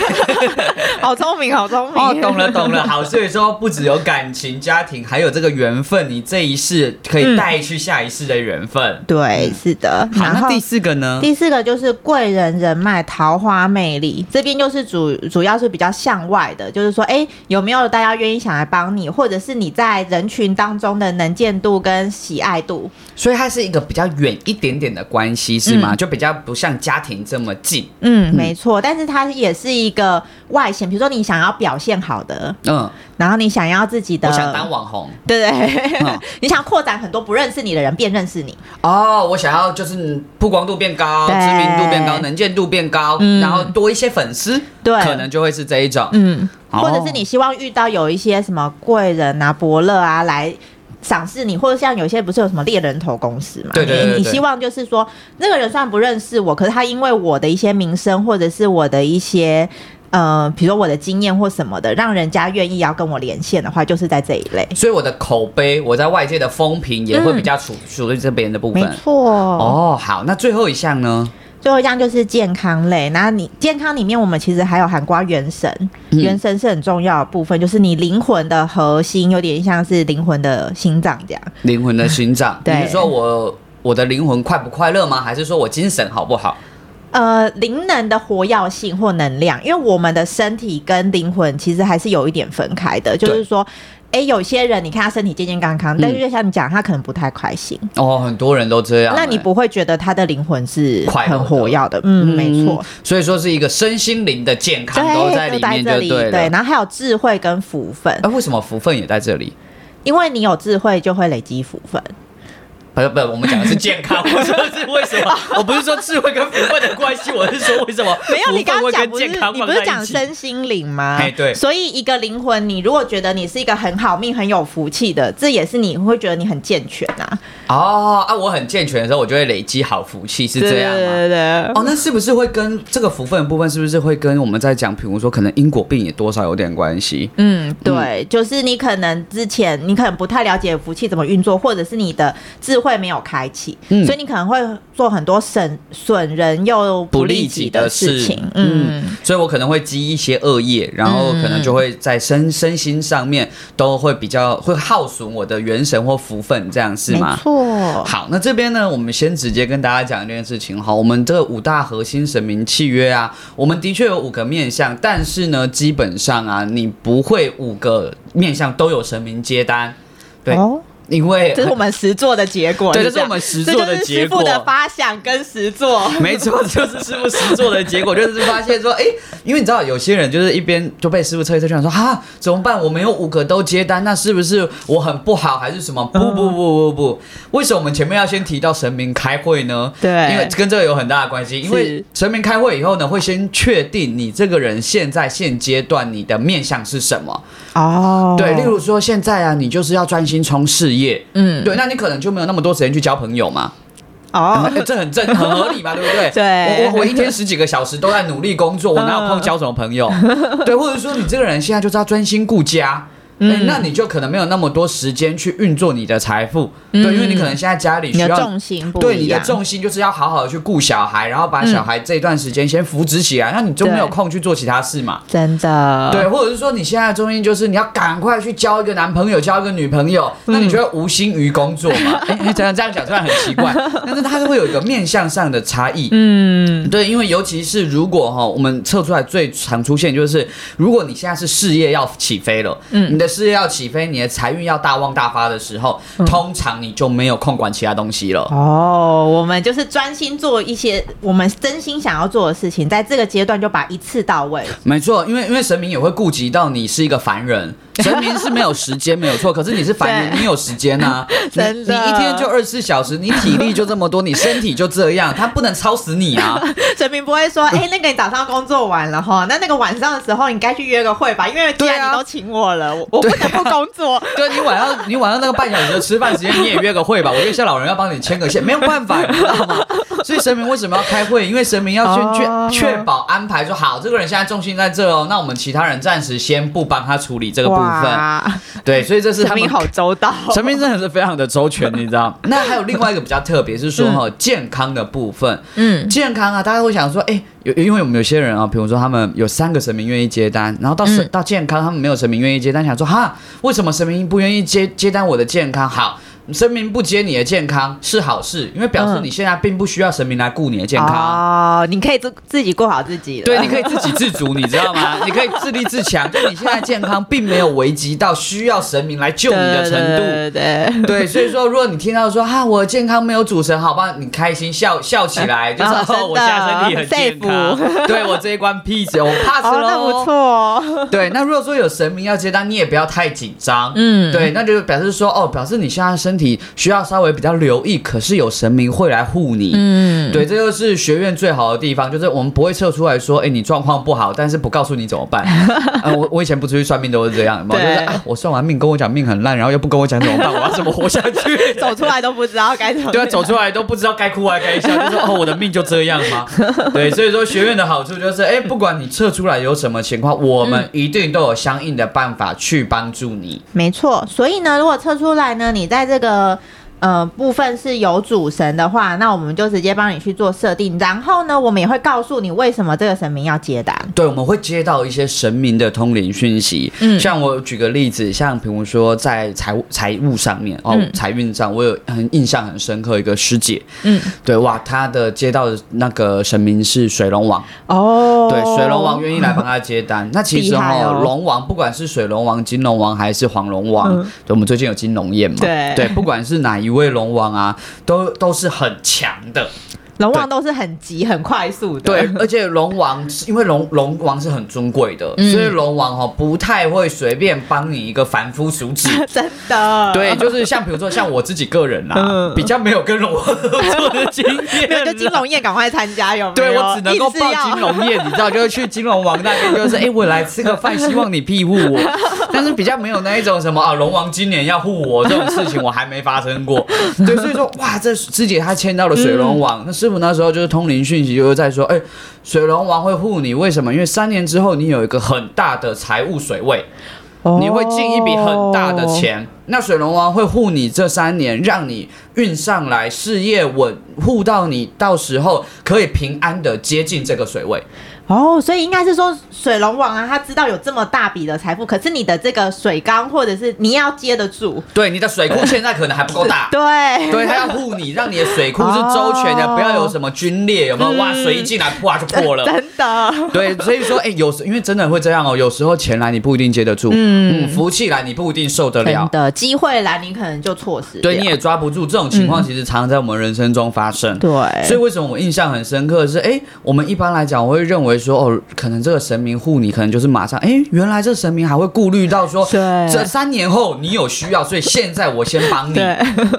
[SPEAKER 2] 好聪明，好 (laughs) 聪明。
[SPEAKER 3] (laughs) 哦，懂了懂了，好，所以说不只有感情、家庭，还有这个缘分，你这一世可以带去下一世的缘分。
[SPEAKER 2] 对，是的。
[SPEAKER 3] 好，
[SPEAKER 2] 然
[SPEAKER 3] 那
[SPEAKER 2] 后
[SPEAKER 3] 第四个呢？
[SPEAKER 2] 第四个就是贵人人脉、桃花魅力，这边就是主主要是比较向外的，就是说，哎、有没有大家家愿意想来帮你，或者是你在人群当中的能见度跟喜爱度。
[SPEAKER 3] 所以它是一个比较远一点点的关系，是吗？就比较不像家庭这么近。
[SPEAKER 2] 嗯，没错，但是它也是一个外显，比如说你想要表现好的，
[SPEAKER 3] 嗯，
[SPEAKER 2] 然后你想要自己的，
[SPEAKER 3] 我想当网红
[SPEAKER 2] 对对对，
[SPEAKER 3] 嗯
[SPEAKER 2] (laughs) 你想扩展很多不认识你的人变认识你，
[SPEAKER 3] 哦，我想要就是曝光度变高，
[SPEAKER 2] 对
[SPEAKER 3] 知名度变高，能见度变高，
[SPEAKER 2] 嗯
[SPEAKER 3] 然后多一些粉丝，
[SPEAKER 2] 对
[SPEAKER 3] 可能就会是这一种。
[SPEAKER 2] 嗯，
[SPEAKER 3] 哦
[SPEAKER 2] 或者是你希望遇到有一些什么贵人啊、伯乐啊来。赏识你，或者像有些不是有什么猎人头公司嘛？
[SPEAKER 3] 对对对
[SPEAKER 2] 你
[SPEAKER 3] 对
[SPEAKER 2] 你
[SPEAKER 3] 对
[SPEAKER 2] 希望就是说，那个人虽然不认识我，可是他因为我的一些名声，或者是我的一些呃，比如说我的经验或什么的，让人家愿意要跟我连线的话，就是在这一类。
[SPEAKER 3] 所以我的口碑，我在外界的风评也会比较处属于这边的部
[SPEAKER 2] 没
[SPEAKER 3] 分。
[SPEAKER 2] 错，
[SPEAKER 3] 哦，好，那最后一项呢？
[SPEAKER 2] 最后一项就是健康类，那你健康里面我们其实还有含瓜元神，
[SPEAKER 3] 嗯
[SPEAKER 2] 元神是很重要的部分，就是你灵魂的核心，有点像是灵魂的心脏这样。
[SPEAKER 3] 灵魂的心脏，你
[SPEAKER 2] 对
[SPEAKER 3] 是说我我的灵魂快不快乐吗？还是说我精神好不好？
[SPEAKER 2] 呃，灵能的活药性或能量，因为我们的身体跟灵魂其实还是有一点分开的，就是说。诶，有些人你看他身体健健康
[SPEAKER 3] 嗯
[SPEAKER 2] 康，但是就像你讲，他可能不太开心，
[SPEAKER 3] 哦，很多人都这样欸、
[SPEAKER 2] 那你不会觉得他的灵魂是
[SPEAKER 3] 快乐的
[SPEAKER 2] 很活跃的？嗯，没错
[SPEAKER 3] 嗯，，所以说是一个身心灵的健康都在
[SPEAKER 2] 对，
[SPEAKER 3] 里
[SPEAKER 2] 都在
[SPEAKER 3] 面就
[SPEAKER 2] 这里，
[SPEAKER 3] 对了。
[SPEAKER 2] 对，然后还有智慧跟福分，
[SPEAKER 3] 哎，为什么福分也在这里？
[SPEAKER 2] 因为你有智慧，就会累积福分。
[SPEAKER 3] 不是不是，我们讲的是健康，我说的是为什
[SPEAKER 2] (laughs)
[SPEAKER 3] 么？我不是说智慧跟福分的关系，我是说为什么
[SPEAKER 2] 没有，你刚
[SPEAKER 3] (laughs) 福
[SPEAKER 2] 刚
[SPEAKER 3] 分
[SPEAKER 2] 讲不
[SPEAKER 3] 会跟
[SPEAKER 2] 是
[SPEAKER 3] 健康
[SPEAKER 2] 你不
[SPEAKER 3] 放
[SPEAKER 2] 是
[SPEAKER 3] 在
[SPEAKER 2] 讲
[SPEAKER 3] 一起？
[SPEAKER 2] 身心灵吗？
[SPEAKER 3] 嘿对
[SPEAKER 2] 所以一个灵魂，你如果觉得你是一个很好命、很有福气的，这也是你会觉得你很健全啊。
[SPEAKER 3] 哦啊，我很健全的时候，我就会累积好福气，是这样吗？
[SPEAKER 2] 对对
[SPEAKER 3] 哦，那是不是会跟这个福分的部分，是不是会跟我们在讲，比如说可能因果病也多少有点关系？
[SPEAKER 2] 嗯，对，就是你可能之前你可能不太了解福气怎么运作，或者是你的智慧没有开启，
[SPEAKER 3] 嗯
[SPEAKER 2] 所以你可能会做很多损损人又
[SPEAKER 3] 不
[SPEAKER 2] 利
[SPEAKER 3] 利
[SPEAKER 2] 己
[SPEAKER 3] 己
[SPEAKER 2] 的
[SPEAKER 3] 的
[SPEAKER 2] 事
[SPEAKER 3] 事
[SPEAKER 2] 情。嗯
[SPEAKER 3] 嗯，所以我可能会积一些恶业，然后可能就会在身身心上面都会比较会耗损我的元神或福分，这样是
[SPEAKER 2] 没
[SPEAKER 3] 吗？
[SPEAKER 2] 错。
[SPEAKER 3] 好，那这边呢，我们先直接跟大家讲这件事情哈。我们这个五大核心神明契约啊，我们的确有五个面向，但是呢，基本上啊，你不会五个面向都有神明接单，对，
[SPEAKER 2] 哦
[SPEAKER 3] 因为
[SPEAKER 2] 这是我们实做的结果，
[SPEAKER 3] 对
[SPEAKER 2] 是这样
[SPEAKER 3] 这是我们实作
[SPEAKER 2] 这就
[SPEAKER 3] 的
[SPEAKER 2] 是师
[SPEAKER 3] 结
[SPEAKER 2] 傅
[SPEAKER 3] 果
[SPEAKER 2] 的发想跟实作。 (laughs)
[SPEAKER 3] 没错，就是师傅实做的结果，就是发现说，哎、因为你知道有些人就是一边就被师傅测一测，就想说，哈，怎么办？我没有五个都接单，那是不是我很不好，还是什么？不不不不不，为什么我们前面要先提到神明开会呢？
[SPEAKER 2] 对
[SPEAKER 3] 因为跟这个有很大的关系。因为
[SPEAKER 2] 是
[SPEAKER 3] 神明开会以后呢，会先确定你这个人现在现阶段你的面向是什么。
[SPEAKER 2] 哦
[SPEAKER 3] 对，例如说现在啊，你就是要专心冲事业。
[SPEAKER 2] 嗯，
[SPEAKER 3] 对，那你可能就没有那么多时间去交朋友嘛。
[SPEAKER 2] 哦，
[SPEAKER 3] 嗯这很正，很合理嘛，对不
[SPEAKER 2] (laughs)
[SPEAKER 3] 对？
[SPEAKER 2] 对嗯
[SPEAKER 3] 我我我一天十几个小时都在努力工作，我哪有空交什么朋友？ (laughs) 对，或者说你这个人现在就是要专心顾家。嗯，那你就可能没有那么多时间去运作你的财富，对，因为你可能现在家
[SPEAKER 2] 嗯
[SPEAKER 3] 里
[SPEAKER 2] 你
[SPEAKER 3] 需
[SPEAKER 2] 的
[SPEAKER 3] 要
[SPEAKER 2] 重心不
[SPEAKER 3] 对
[SPEAKER 2] 一
[SPEAKER 3] 你的
[SPEAKER 2] 样，嗯
[SPEAKER 3] 重心就是要好好的去顾小孩，然后把小孩这一段时间先扶植起来，那你就没有
[SPEAKER 2] 对
[SPEAKER 3] 空去做其他事嘛。
[SPEAKER 2] 真的
[SPEAKER 3] 对，或者是说你现在的重心就是你要赶快去交一个男朋友，交一个女朋友，那你就会无心于工作嘛？哎、这样这样讲虽然很奇怪，但是它是会有一个面向上的差异。
[SPEAKER 2] 嗯，
[SPEAKER 3] 对，因为尤其是如果哈，我们测出来最常出现就是，如果你现在是事业要起飞了，嗯，你的事业要起飞，你的财运要大旺大发的时候，通常你就没有空管其他东西了。
[SPEAKER 2] 哦，我们就是专心做一些我们真心想要做的事情，在这个阶段就把一次到
[SPEAKER 3] (laughs)
[SPEAKER 2] 位。
[SPEAKER 3] 没错，因为因为神明也会顾及到你是一个
[SPEAKER 2] (laughs)
[SPEAKER 3] 凡人，神明是没有时间没有错，可是你是凡人，
[SPEAKER 2] 对
[SPEAKER 3] 你有时间
[SPEAKER 2] (laughs)
[SPEAKER 3] 啊，你
[SPEAKER 2] 真的
[SPEAKER 3] 你一天就二十四小时，你体力就这么多，你身体就这样，他不能超死你
[SPEAKER 2] (laughs)
[SPEAKER 3] 啊。
[SPEAKER 2] 神明不会说，哎、那个你早上工作完了哈，那那个晚上的时候你该去约个会吧，因为既
[SPEAKER 3] 对
[SPEAKER 2] 然
[SPEAKER 3] 啊
[SPEAKER 2] 你都请我了，我我不得不工作。
[SPEAKER 3] 对你晚上你晚上那个半小时的吃饭时间，你也约个会吧，我月下老人要帮你牵个线，没有办法，你知道吗？所以神明为什么要开会？因为神明要去确
[SPEAKER 2] 哦
[SPEAKER 3] 确保安排说好，这个人现在重心在这哦，那我们其他人暂时先不帮他处 (laughs) 理这个部分。
[SPEAKER 2] 哇，
[SPEAKER 3] 对，所以这是他
[SPEAKER 2] 神
[SPEAKER 3] 们
[SPEAKER 2] 明好周到，
[SPEAKER 3] (laughs) 神明真的是非常的周全，你知道？ (laughs) 嗯那还有另外一个比较特别是说哈，健康的部分，
[SPEAKER 2] 嗯，
[SPEAKER 3] 健康啊，大家会想说，哎、有因为我们有些人啊，比如说他们有三个神明愿意接单，然后到神、
[SPEAKER 2] 嗯
[SPEAKER 3] 到健康，他们没有神明愿意接单，想说哈，为什么神明不愿意接接单我的健康？好。神明不接你的健康是好事，因为表
[SPEAKER 4] 嗯
[SPEAKER 3] 示你现在并不需要神明来顾你的健康。
[SPEAKER 4] 哦，你可以自自己过好自己了。
[SPEAKER 3] 对，你可以自给自足，你知道 (laughs) 吗？你可以自立自强，就你现在健康并没有危及到需要神明来救你的程
[SPEAKER 2] (laughs)
[SPEAKER 3] 度。
[SPEAKER 4] 对对对对
[SPEAKER 3] (laughs) 对，所以说，如果你听到说哈、我健康没有主持人好吧，你开心笑笑起来，就说、
[SPEAKER 4] 哦真的
[SPEAKER 3] 哦、我现在身体很健康，对我这一关 peace，我 pass
[SPEAKER 4] 哦，那
[SPEAKER 3] 喽。
[SPEAKER 4] 不错
[SPEAKER 3] (laughs)
[SPEAKER 4] 哦。
[SPEAKER 3] 对，那如果说有神明要接单，你也不要太紧张。
[SPEAKER 4] 嗯
[SPEAKER 3] 对，那就表示说哦，表示你现在身体需要稍微比较留意，可是有神明会来护你。
[SPEAKER 4] 嗯，
[SPEAKER 3] 对，这就是学院最好的地方，就是我们不会测出来说，哎、你状况不好，但是不告诉你怎
[SPEAKER 4] (laughs)
[SPEAKER 3] 么办。嗯，我我以前不出去算命都是这样，有没有就是
[SPEAKER 4] 对
[SPEAKER 3] 啊，我算完命跟我讲命很烂，然后又不跟我讲怎么办，我要怎么活下
[SPEAKER 4] (laughs)
[SPEAKER 3] 去？
[SPEAKER 4] 走出来都不知道该怎么。
[SPEAKER 3] (laughs) 对啊，走出来都不知道该哭还该笑，就说哦，我的命就这样吗？对，所以说学院的好处就是，哎，不管你测出来有什么情况，我们一定都有相应的办法去帮助你。
[SPEAKER 2] 没错，所以呢，如果测出来呢，你在这个呃部分是有主神的话，那我们就直接帮你去做设定，然后呢，我们也会告诉你为什么这个神明要接单。
[SPEAKER 3] 对，我们会接到一些神明的通灵讯息。嗯，像我举个例子，像比如说在财务财务上面哦，财运上，我有很印象很深刻一个师姐，
[SPEAKER 4] 嗯，
[SPEAKER 3] 对，哇，她的接到的那个神明是水龙王。
[SPEAKER 4] 哦，
[SPEAKER 3] 对，水龙王愿意来帮他
[SPEAKER 4] (laughs)
[SPEAKER 3] 接单。那其实
[SPEAKER 4] 厉害哦
[SPEAKER 3] 哦，龙王不管是水龙王、金龙王还是黄龙王，
[SPEAKER 4] 嗯
[SPEAKER 3] 对，我们最近有金龙宴嘛，
[SPEAKER 4] 对
[SPEAKER 3] (laughs) 不管是哪一位龙王啊，都都是很强的。
[SPEAKER 4] 龙王都是很急、很快速的。
[SPEAKER 3] 对，而且龙王是因为龙龙王是很尊贵的，
[SPEAKER 4] 嗯
[SPEAKER 3] 所以龙王哦不太会随便帮你一个凡夫
[SPEAKER 4] (laughs)
[SPEAKER 3] 俗子。
[SPEAKER 4] 真的。
[SPEAKER 3] 对，就是像比如说像我自己个人啦、
[SPEAKER 4] 嗯
[SPEAKER 3] 比较没有跟龙王合作的经验，
[SPEAKER 4] (laughs) 没有，就金龙宴赶快参加，有没有？
[SPEAKER 3] 对我只能够
[SPEAKER 4] 一直要
[SPEAKER 3] 报金
[SPEAKER 2] (laughs)
[SPEAKER 3] 龙宴，你知道，就是去金龙王那边，就是哎、诶我来吃个饭，希望你庇护
[SPEAKER 4] (laughs)
[SPEAKER 3] 我。但是比较没有那一种什么啊，龙王今年要护我这种事情，我还没发生过。对，所以说哇，这师姐她签到了水龙王，那师傅那时候就是通灵讯息，就是在说，哎、水龙王会护你，为什么？因为三年之后你有一个很大的财务水位，你会进一笔很大的。
[SPEAKER 4] 哦
[SPEAKER 3] 钱。那水龙王会护你这三年，让你运上来，事业稳，护到你到时候可以平安的接近这个水位。
[SPEAKER 2] 哦，所以应该是说水龙王啊，他知道有这么大笔的财富，可是你的这个水缸或者是你要接得住，
[SPEAKER 3] 对，你的水库现在可能还不够
[SPEAKER 2] (laughs)
[SPEAKER 3] 大。
[SPEAKER 2] 对，
[SPEAKER 3] 啊对，他要护你，让你的水库是周全的，
[SPEAKER 4] 哦
[SPEAKER 3] 不要有什么皲裂，有没有？哇，水一进来，哇就破
[SPEAKER 2] (laughs)
[SPEAKER 3] 了。
[SPEAKER 4] 真的，
[SPEAKER 3] 对，所以说，哎、有时因为真的会这样哦，有时候钱来你不一定接得住，嗯福气来你不一定受得了
[SPEAKER 2] 真，的机会来，你可能就错失掉。
[SPEAKER 3] 对，你也抓不住。这种情况其实常常在我们人生中发生。
[SPEAKER 4] 对
[SPEAKER 3] 所以为什么我印象很深刻是，哎，我们一般来讲，我会认为说，哦，可能这个神明护你，可能就是马上，哎，原来这神明还会顾虑到说，
[SPEAKER 4] 对
[SPEAKER 3] 这三年后你有需要，所以现
[SPEAKER 4] (laughs)
[SPEAKER 3] 在我先帮你。
[SPEAKER 4] 对，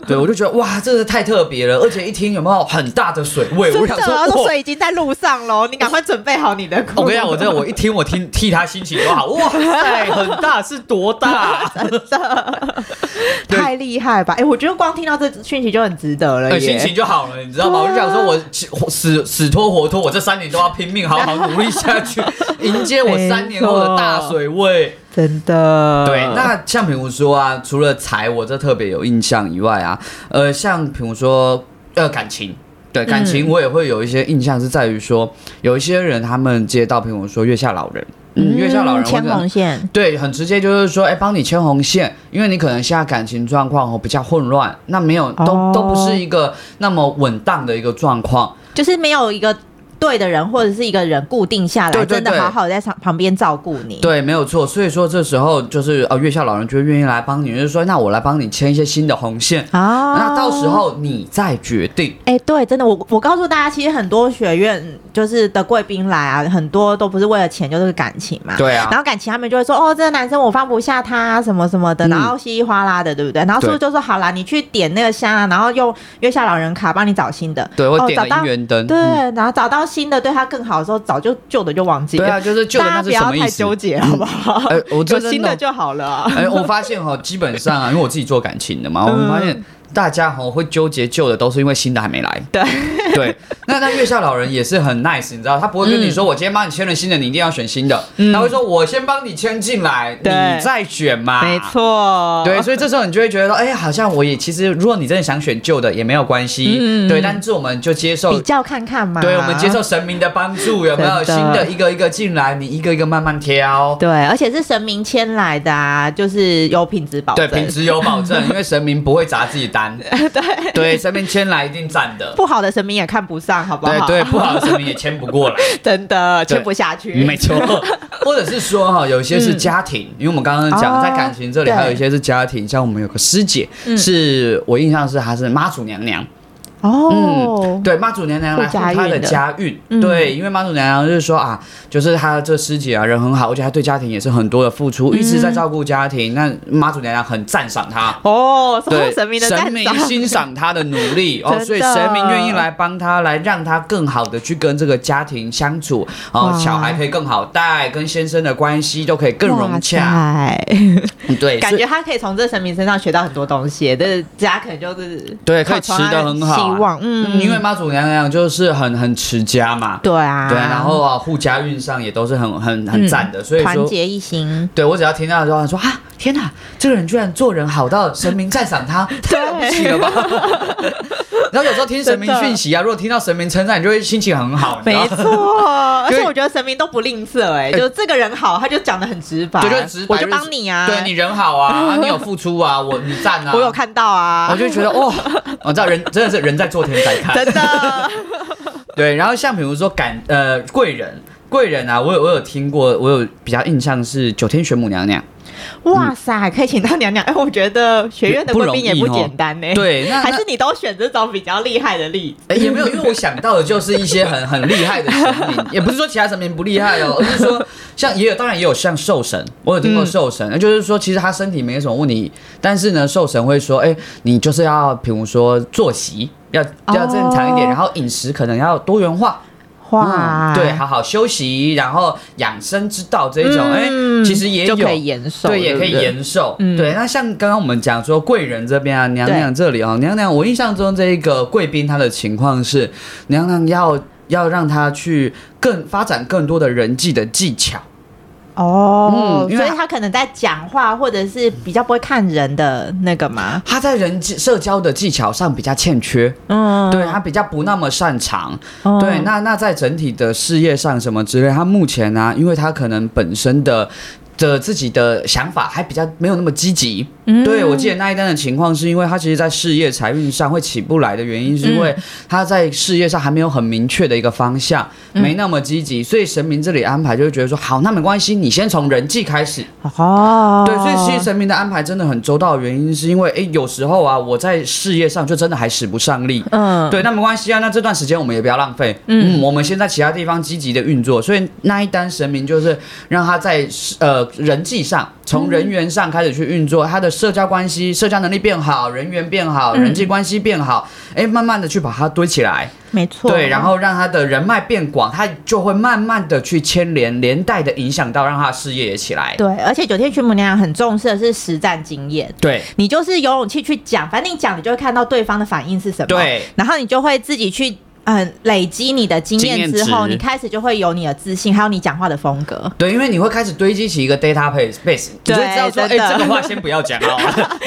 [SPEAKER 3] 对我就觉得哇，这个太特别了，而且一听有没有很大的水位，我
[SPEAKER 4] 真
[SPEAKER 3] 想
[SPEAKER 4] 的，
[SPEAKER 3] 说，
[SPEAKER 2] 啊
[SPEAKER 4] 然后
[SPEAKER 3] 哇。
[SPEAKER 4] 水已经在路上喽，你赶快准备好你的
[SPEAKER 3] 我
[SPEAKER 4] 锅。 (laughs)
[SPEAKER 3] 跟你讲，我
[SPEAKER 2] (laughs)
[SPEAKER 3] 真的，我一听，我听替他心情都好。哇塞，很大是多大？啊对
[SPEAKER 4] 太厉害吧？哎，我觉得光听到这讯息就很值得了
[SPEAKER 3] 呃，
[SPEAKER 4] 耶
[SPEAKER 3] 心。情就好了，你知道吗？我就想说我死，我死死拖活拖，我这三年都要拼命，好好努力下去，迎接我三年后的大水位。
[SPEAKER 4] 真的，
[SPEAKER 3] 对，
[SPEAKER 2] 嗯
[SPEAKER 3] 那像比如说啊，除了财我这特别有印象以外啊，呃，像比如说呃感情。对感情，我也会有一些印象，是在于说，有一些人他们接到，比如说月下老人，嗯，月下老人或
[SPEAKER 2] 牵
[SPEAKER 3] 者
[SPEAKER 2] 红线，
[SPEAKER 3] 对，很直接就是说，哎，帮你牵红线，因为你可能现在感情状况哦比较混乱，那没
[SPEAKER 4] 哦
[SPEAKER 3] 有都都不是一个那么稳当的一个状
[SPEAKER 4] 嗯
[SPEAKER 3] 况。
[SPEAKER 2] 就是没有一个对的人或者是一个人固定下来，
[SPEAKER 3] 对对
[SPEAKER 2] 真的
[SPEAKER 3] 对
[SPEAKER 2] 好好在旁旁边照顾你。
[SPEAKER 3] 对，没有错。所以说这时候就是呃，月下老人就愿意来帮你，就是说，那我来帮你牵一些新的红线，
[SPEAKER 4] 哦
[SPEAKER 2] 啊
[SPEAKER 3] 那到时候你再决定。
[SPEAKER 2] 哎、对，真的，我我告诉大家，其实很多学院就是的贵宾来啊，很多都不是为了钱，就是感情嘛。
[SPEAKER 3] 对啊
[SPEAKER 2] 然后感情他们就会说，哦，这个男生我放不下他、啊什么什么的，
[SPEAKER 3] 嗯
[SPEAKER 2] 然后稀里哗啦的，对不对？然后是不是就说好啦，你去点那个香啊，然后用月下老人卡帮你找新的，
[SPEAKER 3] 对，我
[SPEAKER 2] 哦
[SPEAKER 3] 点
[SPEAKER 2] 找
[SPEAKER 3] 了
[SPEAKER 2] 到
[SPEAKER 3] 姻缘灯。
[SPEAKER 2] 对
[SPEAKER 3] 嗯，
[SPEAKER 2] 然后找到新的对他更好的时候，早就旧的就忘记了。
[SPEAKER 3] 对啊，就是旧的
[SPEAKER 4] 大家
[SPEAKER 3] 那是
[SPEAKER 4] 不
[SPEAKER 3] 什
[SPEAKER 4] 要
[SPEAKER 3] 么意
[SPEAKER 4] 太
[SPEAKER 3] 思？
[SPEAKER 4] 纠结，好不好？
[SPEAKER 3] 哎，我
[SPEAKER 4] 有
[SPEAKER 3] 真
[SPEAKER 4] 新的就好了啊。
[SPEAKER 3] 哎、我发现哈，基本上
[SPEAKER 4] 嗯
[SPEAKER 3] 哦
[SPEAKER 2] (laughs)
[SPEAKER 3] 啊，因为我自己做感情的嘛，我们发现大家哈会纠结旧的，都是因为新的还没来。
[SPEAKER 4] 对
[SPEAKER 3] (laughs) (laughs) 对，那那月下老人也是很 nice，你知道，他不会
[SPEAKER 4] 嗯
[SPEAKER 3] 跟你说、我今天帮你签了新的，你一定要选新的，他会说我先帮你签进来，
[SPEAKER 4] 对
[SPEAKER 3] 你再选嘛，
[SPEAKER 4] 没。错，
[SPEAKER 3] 对，所以这时候你就会觉得说，哎、好像我也其实，如果你真的想选旧的也没有关系，
[SPEAKER 4] 嗯
[SPEAKER 3] 对，但是我们就接受
[SPEAKER 2] 比较看看嘛。
[SPEAKER 3] 对，我们接受神明的帮助，有没有
[SPEAKER 4] 啊真的
[SPEAKER 3] 新的一个一个进来，你一个一个慢慢挑。
[SPEAKER 4] 对，而且是神明签来的啊，就是有品质保
[SPEAKER 3] 对，
[SPEAKER 4] 证，
[SPEAKER 3] 品质有
[SPEAKER 4] (laughs)
[SPEAKER 3] 保证，因为神明不会砸自己单。对对，神明签来一定占的。
[SPEAKER 4] 不好的神明也看不上，好不
[SPEAKER 3] 对
[SPEAKER 4] 好？ (laughs)
[SPEAKER 3] 对，不好的神明也签不过来。
[SPEAKER 4] 真的
[SPEAKER 3] 对
[SPEAKER 4] 撑不下去，
[SPEAKER 3] 没错， (laughs) 或者是说哈，有些是家庭，因为我们刚刚讲
[SPEAKER 4] 哦
[SPEAKER 3] 在感情这里，
[SPEAKER 4] 对嗯
[SPEAKER 3] 还有一些是家庭，像我们有个师姐，是我印象是她是妈祖娘娘，
[SPEAKER 4] (laughs) 哦
[SPEAKER 3] 嗯，，对，妈祖娘娘来
[SPEAKER 4] 会
[SPEAKER 3] 护
[SPEAKER 4] 家
[SPEAKER 3] 她
[SPEAKER 4] 运
[SPEAKER 3] 的
[SPEAKER 4] 的嗯
[SPEAKER 3] 家运，对，因为妈祖娘娘就是说啊，就是她这师姐啊人很好，而且她对家庭也是很多的付
[SPEAKER 4] 嗯
[SPEAKER 3] 出，一直在照顾家庭，那妈祖娘娘很赞赏她。
[SPEAKER 4] 哦，
[SPEAKER 3] 对
[SPEAKER 4] (laughs) 受神明的赞
[SPEAKER 3] 神明
[SPEAKER 4] 赏，
[SPEAKER 3] 欣赏她的努
[SPEAKER 4] (laughs)
[SPEAKER 3] 力哦，
[SPEAKER 4] 真的
[SPEAKER 3] 所以神明愿意来帮她，来让她更好的去跟这个家庭相处哦，
[SPEAKER 4] 哇
[SPEAKER 3] 小孩可以更好带，跟先生的关系都可以更融洽。
[SPEAKER 4] 哇塞
[SPEAKER 3] 对，
[SPEAKER 4] 感
[SPEAKER 3] 所以
[SPEAKER 4] 觉他可以从这神明身上学到很多东西，但是家可能就是
[SPEAKER 3] 对可以
[SPEAKER 4] 靠
[SPEAKER 3] 吃得很好啊
[SPEAKER 4] 希望，
[SPEAKER 3] 嗯
[SPEAKER 4] 嗯，
[SPEAKER 3] 因为妈祖娘娘就是很很持家嘛，
[SPEAKER 4] 对啊，嗯
[SPEAKER 3] 对，然后啊护家运上也都是很很很赞的，所以
[SPEAKER 2] 团
[SPEAKER 3] 说。
[SPEAKER 2] 结一
[SPEAKER 3] (laughs)
[SPEAKER 2] 心，
[SPEAKER 3] 对我只要听到的时候，他说啊，天哪，这个人居然做人好到神明赞
[SPEAKER 4] (laughs)
[SPEAKER 3] 赏他，太了不起了吧？ (laughs) 然后有时候听神明
[SPEAKER 4] 真的
[SPEAKER 3] 讯息啊，如果听到神明称赞，你就会心情很好，你知道
[SPEAKER 4] 没
[SPEAKER 3] 吗
[SPEAKER 4] 错，而
[SPEAKER 3] 因为
[SPEAKER 4] 且我觉得神明都不吝啬、哎，就这个人好，他就讲的很直白，
[SPEAKER 3] 对，就是直白，
[SPEAKER 4] 我就是帮你啊，
[SPEAKER 3] 对你人
[SPEAKER 4] (laughs)
[SPEAKER 3] 好啊，你有付出啊，我你赞啊，
[SPEAKER 4] 我有，看到啊，
[SPEAKER 3] 我就觉得哇，我知道人 (laughs) 真的是人在做天在看，
[SPEAKER 4] (laughs) 真的，
[SPEAKER 3] 嗯对，然后像比如说感呃贵人。贵人啊，我有我有听过，我有比较印象是九天玄母娘娘。
[SPEAKER 4] 哇塞，可以请到娘娘，哎、我觉得学院的
[SPEAKER 3] 不
[SPEAKER 4] 贵
[SPEAKER 3] 容易
[SPEAKER 4] 宾也不
[SPEAKER 3] 哦
[SPEAKER 4] 简单呢、哎，
[SPEAKER 3] 对，那
[SPEAKER 4] 还
[SPEAKER 3] 那
[SPEAKER 4] 是你都选这种比较厉害的例子，
[SPEAKER 3] 哎也没有，因为我想到的就是一些很很厉害的神明，也不是说其他神明不厉害哦，而是说像也有，当然也有像兽神，我有
[SPEAKER 4] 嗯
[SPEAKER 3] 听过兽神，那就是说其实他身体没什么问题，但是呢，兽神会说，哎、你就是要，比如说作息要要正常一点，
[SPEAKER 4] 哦
[SPEAKER 3] 然后饮食可能要多元化，
[SPEAKER 4] 哇，
[SPEAKER 3] 嗯对，好好休息，然后养生之道这一种，哎、
[SPEAKER 4] 嗯
[SPEAKER 3] 其实也有
[SPEAKER 4] 就可以延寿，
[SPEAKER 3] 对，也可以
[SPEAKER 4] 不对
[SPEAKER 3] 延寿。
[SPEAKER 4] 嗯
[SPEAKER 3] 对，那像刚刚我们讲说贵人这边啊，娘娘这里哦，娘娘，我印象中这一个贵宾她的情况是，娘娘要要让她去更发展更多的人际的技巧。
[SPEAKER 2] 哦
[SPEAKER 3] 嗯因为
[SPEAKER 2] 所以他可能在讲话或者是比较不会看人的那个嘛，
[SPEAKER 3] 她在人际社交的技巧上比较欠缺，
[SPEAKER 2] 嗯，
[SPEAKER 3] 对她比较不那么擅长。
[SPEAKER 4] 嗯
[SPEAKER 2] 哦
[SPEAKER 3] 对，那那在整体的事业上什么之类，她目前呢、因为她可能本身的。的自己的想法还比较没有那么积极，
[SPEAKER 4] 嗯
[SPEAKER 2] 嗯
[SPEAKER 3] 对我记得那一单的情况是因为他其实，在事业财运上会起不来的原因，是因为他在事业上还没有很明确的一个方向，没那么积极，所以神明这里安排就会觉得说，好，那没关系，你先从人际开始。
[SPEAKER 4] 哦，
[SPEAKER 3] 对，所以其实神明的安排真的很周到，的原因是因为，哎，有时候啊，我在事业上就真的还使不上力，
[SPEAKER 4] 嗯，
[SPEAKER 3] 对，那没关系啊，那这段时间我们也不要浪费。嗯，我们先在其他地方积极的运作，所以那一单神明就是让他在呃人际上，从人员上开始去运作，他的社交关系、社交能力变好，人缘变好，
[SPEAKER 2] 嗯
[SPEAKER 3] 人际关系变好，哎、慢慢的去把它堆起来，
[SPEAKER 2] 没错，
[SPEAKER 3] 对，然后让他的人脉变广，他就会慢慢的去牵连，连带的影响到让他的事业也起来。
[SPEAKER 2] 对，而且九天玄母娘娘很重视的是实战经验。
[SPEAKER 3] 对，
[SPEAKER 2] 你就是有勇气去讲，反正你讲，你就会看到对方的反应是什么，
[SPEAKER 3] 对，
[SPEAKER 2] 然后你就会自己去嗯累积你的经验之
[SPEAKER 3] 经验
[SPEAKER 2] 后，
[SPEAKER 3] 值
[SPEAKER 2] 你开始就会有你的自信，还有你讲话的风格。
[SPEAKER 3] 对，因为你会开始堆积起一个 data base base，你就会知道说，哎、
[SPEAKER 4] 对真的
[SPEAKER 3] 这个话先不
[SPEAKER 2] (laughs)
[SPEAKER 3] 要 (laughs) 讲哦，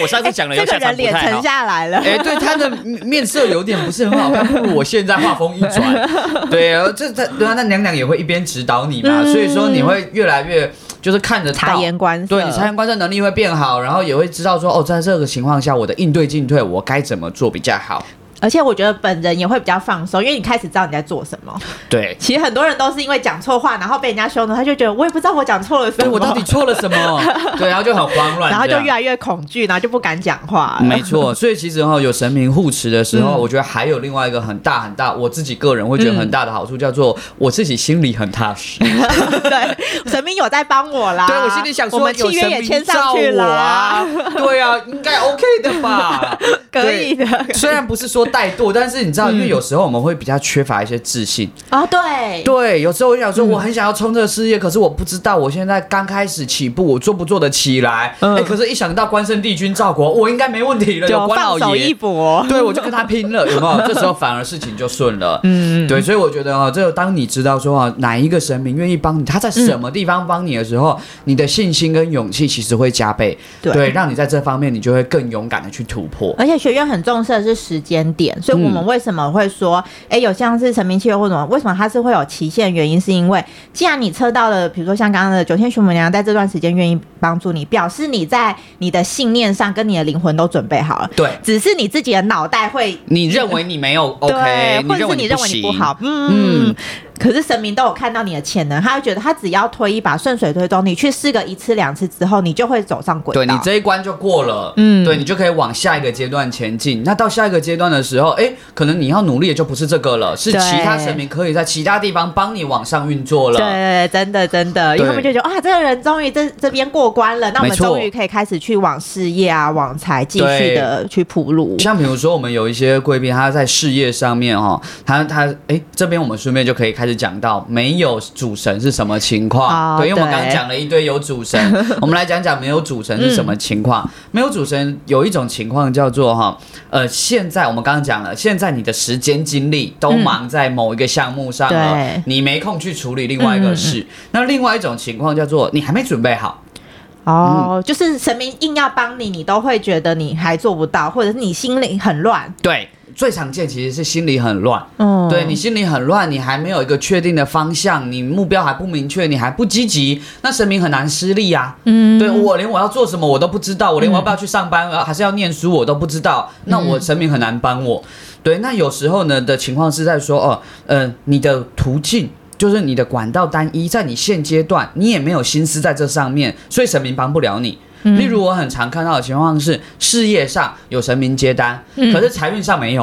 [SPEAKER 3] 我上次讲了
[SPEAKER 2] 哎这个
[SPEAKER 3] 有下场
[SPEAKER 2] 人
[SPEAKER 3] 不
[SPEAKER 2] 脸
[SPEAKER 3] 太好
[SPEAKER 2] 沉。下来了，
[SPEAKER 3] (laughs) 哎、对他的面色有点不是很好看，不如我现在画风一
[SPEAKER 2] (laughs)
[SPEAKER 3] 转。对啊，这他对啊，那娘娘也会一边指导你嘛，所以说你会越来越就是看着
[SPEAKER 2] 嗯察
[SPEAKER 3] 到
[SPEAKER 2] 言观色
[SPEAKER 3] 对你察言观色能力会变好，然后也会知道说哦，在这个情况下我的应对进退我该怎么做比较好。
[SPEAKER 2] 而且我觉得本人也会比较放松，因为你开始知道你在做什么。
[SPEAKER 3] 对，
[SPEAKER 2] 其实很多人都是因为讲错话，然后被人家羞辱，他就觉得我也不知道我讲错了什
[SPEAKER 3] 对
[SPEAKER 2] 么，
[SPEAKER 3] 我到底错了
[SPEAKER 2] (laughs)
[SPEAKER 3] 什么？对，然后就很慌乱，
[SPEAKER 2] 然后
[SPEAKER 3] 这
[SPEAKER 2] 就
[SPEAKER 3] 样
[SPEAKER 2] 越来越恐惧，然后就不敢讲话了。
[SPEAKER 3] 没
[SPEAKER 2] (laughs)
[SPEAKER 3] 错，所以其实哈、有神明护持的时
[SPEAKER 2] 嗯
[SPEAKER 3] 候，我觉得还有另外一个很大很大，我自己个人会觉得很大的好处，叫做我自己心里很踏实。
[SPEAKER 2] (laughs) 对，神明有在帮我啦。
[SPEAKER 3] 对我心里想说，
[SPEAKER 2] 啊我们
[SPEAKER 3] 有
[SPEAKER 2] 契约
[SPEAKER 3] 神
[SPEAKER 2] 也
[SPEAKER 3] 明
[SPEAKER 2] 签上去
[SPEAKER 3] 罩我 (laughs)
[SPEAKER 2] 了， (laughs)
[SPEAKER 3] 啊，对啊，应该 OK 的吧？
[SPEAKER 4] 可以的
[SPEAKER 3] 对虽然不是说怠惰，但是你
[SPEAKER 2] 嗯
[SPEAKER 3] 知道，因为有时候我们会比较缺乏一些自信。
[SPEAKER 4] 哦，对，
[SPEAKER 3] 对，有时候我想
[SPEAKER 2] 嗯
[SPEAKER 3] 说，我很想要冲这个事业，可是我不知道我现在刚开始起步，我做不做得起来。哎、
[SPEAKER 4] 嗯
[SPEAKER 3] 可是一想到关圣帝君赵国，我应该没问题了，有
[SPEAKER 4] 就
[SPEAKER 3] 关老
[SPEAKER 4] 放手一
[SPEAKER 3] 爷。
[SPEAKER 2] (laughs)
[SPEAKER 4] 搏。
[SPEAKER 3] 对，我就跟他拼了，有没有？这时候反而事情就顺了。嗯，对，所以我觉得啊、哦，这个当你知道说啊，哪一个神明愿意帮你，他在什么地方帮你的时候，你的信心跟勇气其实会加倍，
[SPEAKER 2] 对
[SPEAKER 3] 让你在这方面你就会更勇敢的去突破。
[SPEAKER 2] 而且学院很重视的是时间点，所以我们为什么会说，
[SPEAKER 3] 嗯
[SPEAKER 2] 哎、有像是成名契约或什么，为什么它是会有期限？原因是因为，既然你测到了，比如说像刚刚的九天玄母娘在这段时间愿意帮助你，表示你在你的信念上跟你的灵魂都准备好了，
[SPEAKER 3] 对，
[SPEAKER 2] 只是你自己的脑袋会
[SPEAKER 3] 你认为你没有 OK，
[SPEAKER 2] 对，或者是你认为你不
[SPEAKER 3] 行
[SPEAKER 2] 好，嗯。可是神明都有看到你的潜能，他会觉得他只要推一把顺水推舟，你去试个一次两次之后，你就会走上轨道。
[SPEAKER 3] 对你这一关就过了，嗯，对你就可以往下一个阶段前进。那到下一个阶段的时候，哎、可能你要努力的就不是这个了，是
[SPEAKER 2] 对
[SPEAKER 3] 其他神明可以在其他地方帮你往上运作了。
[SPEAKER 2] 对，真的真的，因为
[SPEAKER 3] 对
[SPEAKER 2] 他们就觉得啊，这个人终于这这边过关了，那我
[SPEAKER 3] 没
[SPEAKER 2] 们
[SPEAKER 3] 错
[SPEAKER 2] 终于可以开始去往事业啊、往财继续的去铺路。
[SPEAKER 3] 像比如说，我们有一些贵宾，他在事业上面哦，他他哎、这边我们顺便就可以开始讲到没有主神是什么情况。
[SPEAKER 2] 哦
[SPEAKER 3] 对，因为我们
[SPEAKER 2] 对
[SPEAKER 3] 刚刚讲了一堆有主神，我们来讲讲没有主神是什么情况。没有主神有一种情况叫做哈，呃，现在我们刚刚讲了，现在你的时间精力都忙在某一个项目上
[SPEAKER 2] 嗯
[SPEAKER 3] 了，
[SPEAKER 2] 对嗯
[SPEAKER 3] 你没空去处理另外一个事。那另外一种情况叫做你还没准备好，
[SPEAKER 2] 哦，就是神明硬要帮你，你都会觉得你还做不到，或者是你心里很乱。
[SPEAKER 3] 对。最常见其实是心里很乱，
[SPEAKER 2] 嗯
[SPEAKER 3] 对你心里很乱，你还没有一个确定的方向，你目标还不明确，你还不积极，那神明很难施力啊。嗯，对我连我要做什么我都不知道，我连我要不要去上班，呃还是要念书我都不知道，
[SPEAKER 2] 嗯
[SPEAKER 3] 那我神明很难帮我。对，那有时候呢的情况是在说哦，呃，你的途径。就是你的管道单一，在你现阶段你也没有心思在这上面，所以神明帮不了你。
[SPEAKER 2] 嗯
[SPEAKER 3] 例如我很常看到的情况是，事业上有神明接单，
[SPEAKER 2] (laughs)
[SPEAKER 3] 可是财运上没有，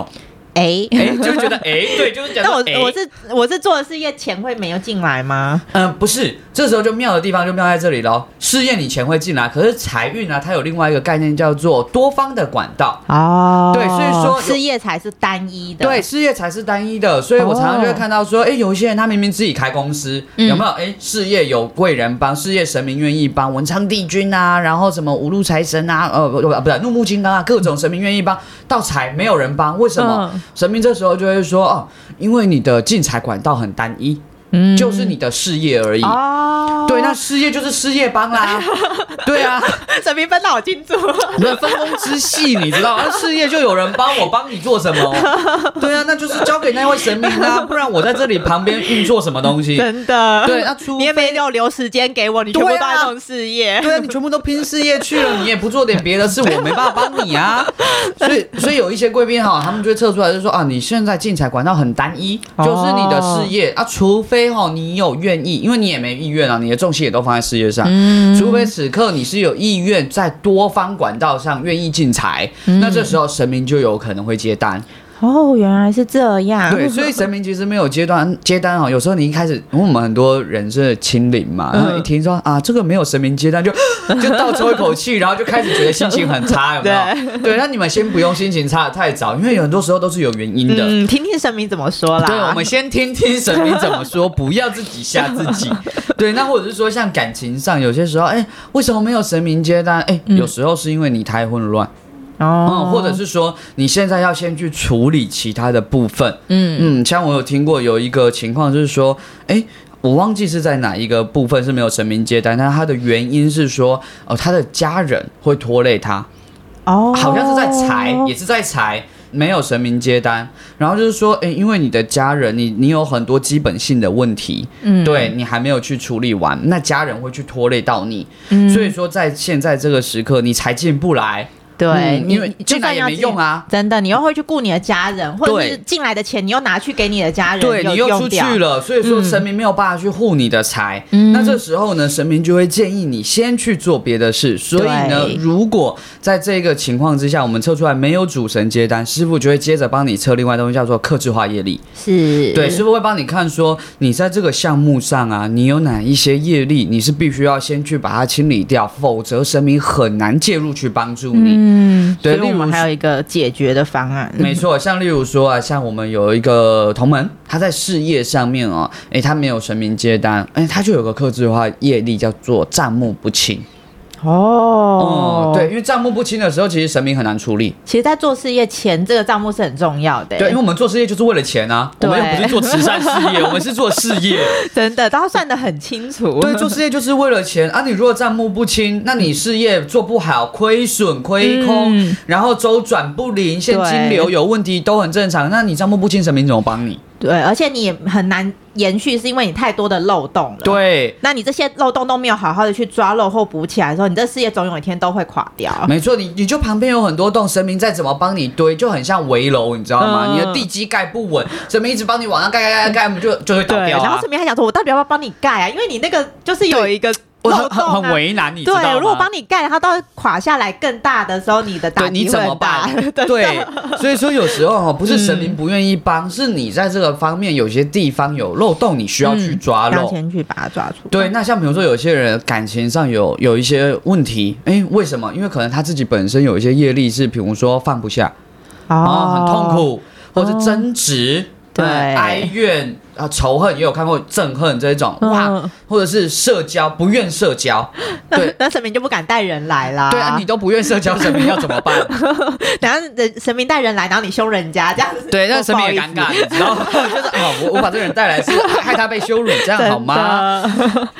[SPEAKER 2] 哎、
[SPEAKER 3] 哎、就觉得哎、对，就是讲
[SPEAKER 2] (laughs) 那
[SPEAKER 3] 说
[SPEAKER 2] 我、
[SPEAKER 3] 哎，
[SPEAKER 2] 我是我是做的事业钱会没有进来吗？
[SPEAKER 3] 嗯、不是，这时候就妙的地方就妙在这里喽。试验你钱会进来，可是财运呢、它有另外一个概念叫做多方的管道。
[SPEAKER 2] 哦
[SPEAKER 3] 对所以说有
[SPEAKER 2] 事业才是单一的。
[SPEAKER 3] 对，事业才是单一的，所以我常常就会看到说，哎、有一些人他明明自己开公司，有没有？哎、事业有贵人帮，事业神明愿意帮，文昌帝君啊，然后什么五路财神啊，呃，不不不是怒目金刚啊，各种神明愿意帮，到财没有人帮，为什么？
[SPEAKER 4] 嗯
[SPEAKER 3] 神明这时候就会说，哦，因为你的进财管道很单一，就是你的事业而已。
[SPEAKER 2] 哦，
[SPEAKER 3] 对，那失业就是失业帮啦，对啊，
[SPEAKER 2] 神明分得好
[SPEAKER 3] (laughs)
[SPEAKER 2] 清楚。
[SPEAKER 3] 我们分工之细，你知道吗？那事业就有人帮我帮你做什么？对啊，那就是交给那位神明啦、不然我在这里旁边运作什么东西？
[SPEAKER 2] 真的，
[SPEAKER 3] 对那除
[SPEAKER 2] 你也没有留时间给我，你全部
[SPEAKER 3] 对
[SPEAKER 2] 都
[SPEAKER 3] 啊
[SPEAKER 2] 在弄事业。
[SPEAKER 3] 对啊，你全部都拼事业去了，你也不做点别的事，我没办法帮你 (laughs) 啊。所以，所以有一些贵宾哈，他们就会测出来，就说啊，你现在进财管道很单一，就是你的事业、啊，除非哈你有愿意，因为你也没意愿啊，你的重心也都放在事业上，除非此刻你是有意愿在多方管道上愿意进财，那这时候神明就有可能会接单。
[SPEAKER 2] 哦，原来是这样。
[SPEAKER 3] (laughs) 对，所以神明其实没有接单接单哦，有时候你一开始，因为我们很多人是清零嘛，
[SPEAKER 2] 嗯
[SPEAKER 3] 然后一听说啊这个没有神明接单，就 (gasps) 就倒抽一口气，然后就开始觉得心情很
[SPEAKER 2] (laughs)
[SPEAKER 3] 差，有没有？对，那你们先不用心情差的太早，因为有很多时候都是有原因的。
[SPEAKER 2] 嗯，听听神明怎么说啦。
[SPEAKER 3] 对，我们先听听神明怎么说，不要自己吓自
[SPEAKER 2] (laughs)
[SPEAKER 3] 己。对，那或者是说，像感情上，有些时候，哎、为什么没有神明接单？哎、有时候是因为你太混乱，
[SPEAKER 2] 嗯哦
[SPEAKER 3] 嗯，或者是说你现在要先去处理其他的部分。嗯嗯，像我有听过有一个情况就是说，哎、我忘记是在哪一个部分是没有神明接单，但他的原因是说，哦，他的家人会拖累他，
[SPEAKER 2] 哦，
[SPEAKER 3] 好像是在财，也是在财，没有神明接单。然后就是说，诶，因为你的家人，你你有很多基本性的问题，嗯，对你还没有去处理完，那家人会去拖累到你。所以说，在现在这个时刻，你才进不来。
[SPEAKER 2] 对，
[SPEAKER 3] 嗯
[SPEAKER 2] 你
[SPEAKER 3] 因为进来也没用啊。
[SPEAKER 2] 真的，你又会去顾你的家人，或者是进来的钱你又拿去给你的家人，
[SPEAKER 3] 对你又
[SPEAKER 2] 用
[SPEAKER 3] 出去
[SPEAKER 2] 掉。嗯
[SPEAKER 3] 了，所以说神明没有办法去护你的财。那这时候呢，神明就会建议你先去做别的事。所以呢
[SPEAKER 2] 对，
[SPEAKER 3] 如果在这个情况之下，我们测出来没有主神接单，师傅就会接着帮你测另外一个东西，叫做克制化业力。
[SPEAKER 2] 是，
[SPEAKER 3] 对，师傅会帮你看说，你在这个项目上啊，你有哪一些业力，你是必须要先去把它清理掉，否则神明很难介入去帮助你。
[SPEAKER 5] 嗯，
[SPEAKER 3] 对，
[SPEAKER 2] 所
[SPEAKER 3] 例
[SPEAKER 2] 以我
[SPEAKER 3] 如
[SPEAKER 2] 们还有一个解决的方案。 (laughs)
[SPEAKER 3] 没错，像例如说啊，像我们有一个同门，他在事业上面哦，诶，他没有神明接单，诶，他就有个克制化业力叫做账目不清。
[SPEAKER 2] 哦
[SPEAKER 3] 哦，对，，因为账目不清的时候，其实神明很难处理。
[SPEAKER 2] 其实，在做事业前，这个账目是很重要的、欸
[SPEAKER 3] 对，因为我们做事业就是为了钱啊，我
[SPEAKER 2] 对
[SPEAKER 3] 们又不是做慈善事 (laughs) 业，我们是做事业。
[SPEAKER 2] (laughs) 真的，他算的很清楚。
[SPEAKER 3] 对，做事业就是为了钱啊！你如果账目不清，那你事业做不好，亏损、亏空，
[SPEAKER 2] 嗯
[SPEAKER 3] 然后周转不灵，现金流有问题都很正常。那你账目不清，神明怎么帮你？
[SPEAKER 2] (laughs) 对，而且你也很难延续，是因为你太多的漏洞了。，
[SPEAKER 3] 对，
[SPEAKER 2] 那你这些漏洞都没有好好的去抓漏或补起来的时候，你这事业总有一天都会垮掉。
[SPEAKER 3] 没错，你你就旁边有很多洞，神明再怎么帮你堆，就很像围楼，你知道吗？
[SPEAKER 2] 嗯
[SPEAKER 3] 你的地基盖不稳，神明一直帮你往上盖盖盖盖盖，我们就就会倒
[SPEAKER 2] 对，
[SPEAKER 3] 掉
[SPEAKER 2] 然后
[SPEAKER 3] 啊
[SPEAKER 2] 这。边还想说，我到底要不要帮你盖啊？因为你那个就是有一个
[SPEAKER 3] 我
[SPEAKER 2] 漏
[SPEAKER 3] 很
[SPEAKER 2] 洞、
[SPEAKER 3] 很
[SPEAKER 2] 啊、
[SPEAKER 3] 很为难，你知道吗？
[SPEAKER 2] 对，如果帮你盖，它到垮下来更大的时候，你的打
[SPEAKER 3] 对，你
[SPEAKER 2] 击
[SPEAKER 3] 怎
[SPEAKER 2] 会
[SPEAKER 3] 么
[SPEAKER 2] 很大
[SPEAKER 3] 办。
[SPEAKER 2] (laughs) ？真的
[SPEAKER 3] (laughs) 对，所以说有时候哦，不是神明不愿意帮，是你在这个方面有些地方有漏洞，你需要去抓
[SPEAKER 2] 要
[SPEAKER 3] 啊漏。
[SPEAKER 2] 先去把它抓出来。
[SPEAKER 3] 对，那像比如说有些人感情上有有一些问题，哎，为什么？因为可能他自己本身有一些业力是，比如说放不下，然后哦很痛
[SPEAKER 2] 哦
[SPEAKER 3] 苦，或是争执。
[SPEAKER 2] 啊对
[SPEAKER 3] 嗯哀怨啊，仇恨也有看过，憎恨这种哇
[SPEAKER 2] 嗯，
[SPEAKER 3] 或者是社交不愿
[SPEAKER 2] (laughs)
[SPEAKER 3] 社交，对
[SPEAKER 2] 那神明就不敢带人来啦。
[SPEAKER 3] 对啊，你都不愿社交，神明要怎
[SPEAKER 2] (laughs)
[SPEAKER 3] 么办？
[SPEAKER 2] 等下人神明带人来，然后你凶人家这样子，
[SPEAKER 3] 对，让
[SPEAKER 2] 不
[SPEAKER 3] 神明也
[SPEAKER 2] 好
[SPEAKER 3] 尴
[SPEAKER 2] 意思
[SPEAKER 3] 尬，你知道吗？ (laughs) 就是哦，我我把这个人带来是害他被羞辱，
[SPEAKER 2] (laughs)
[SPEAKER 3] 这样好吗？？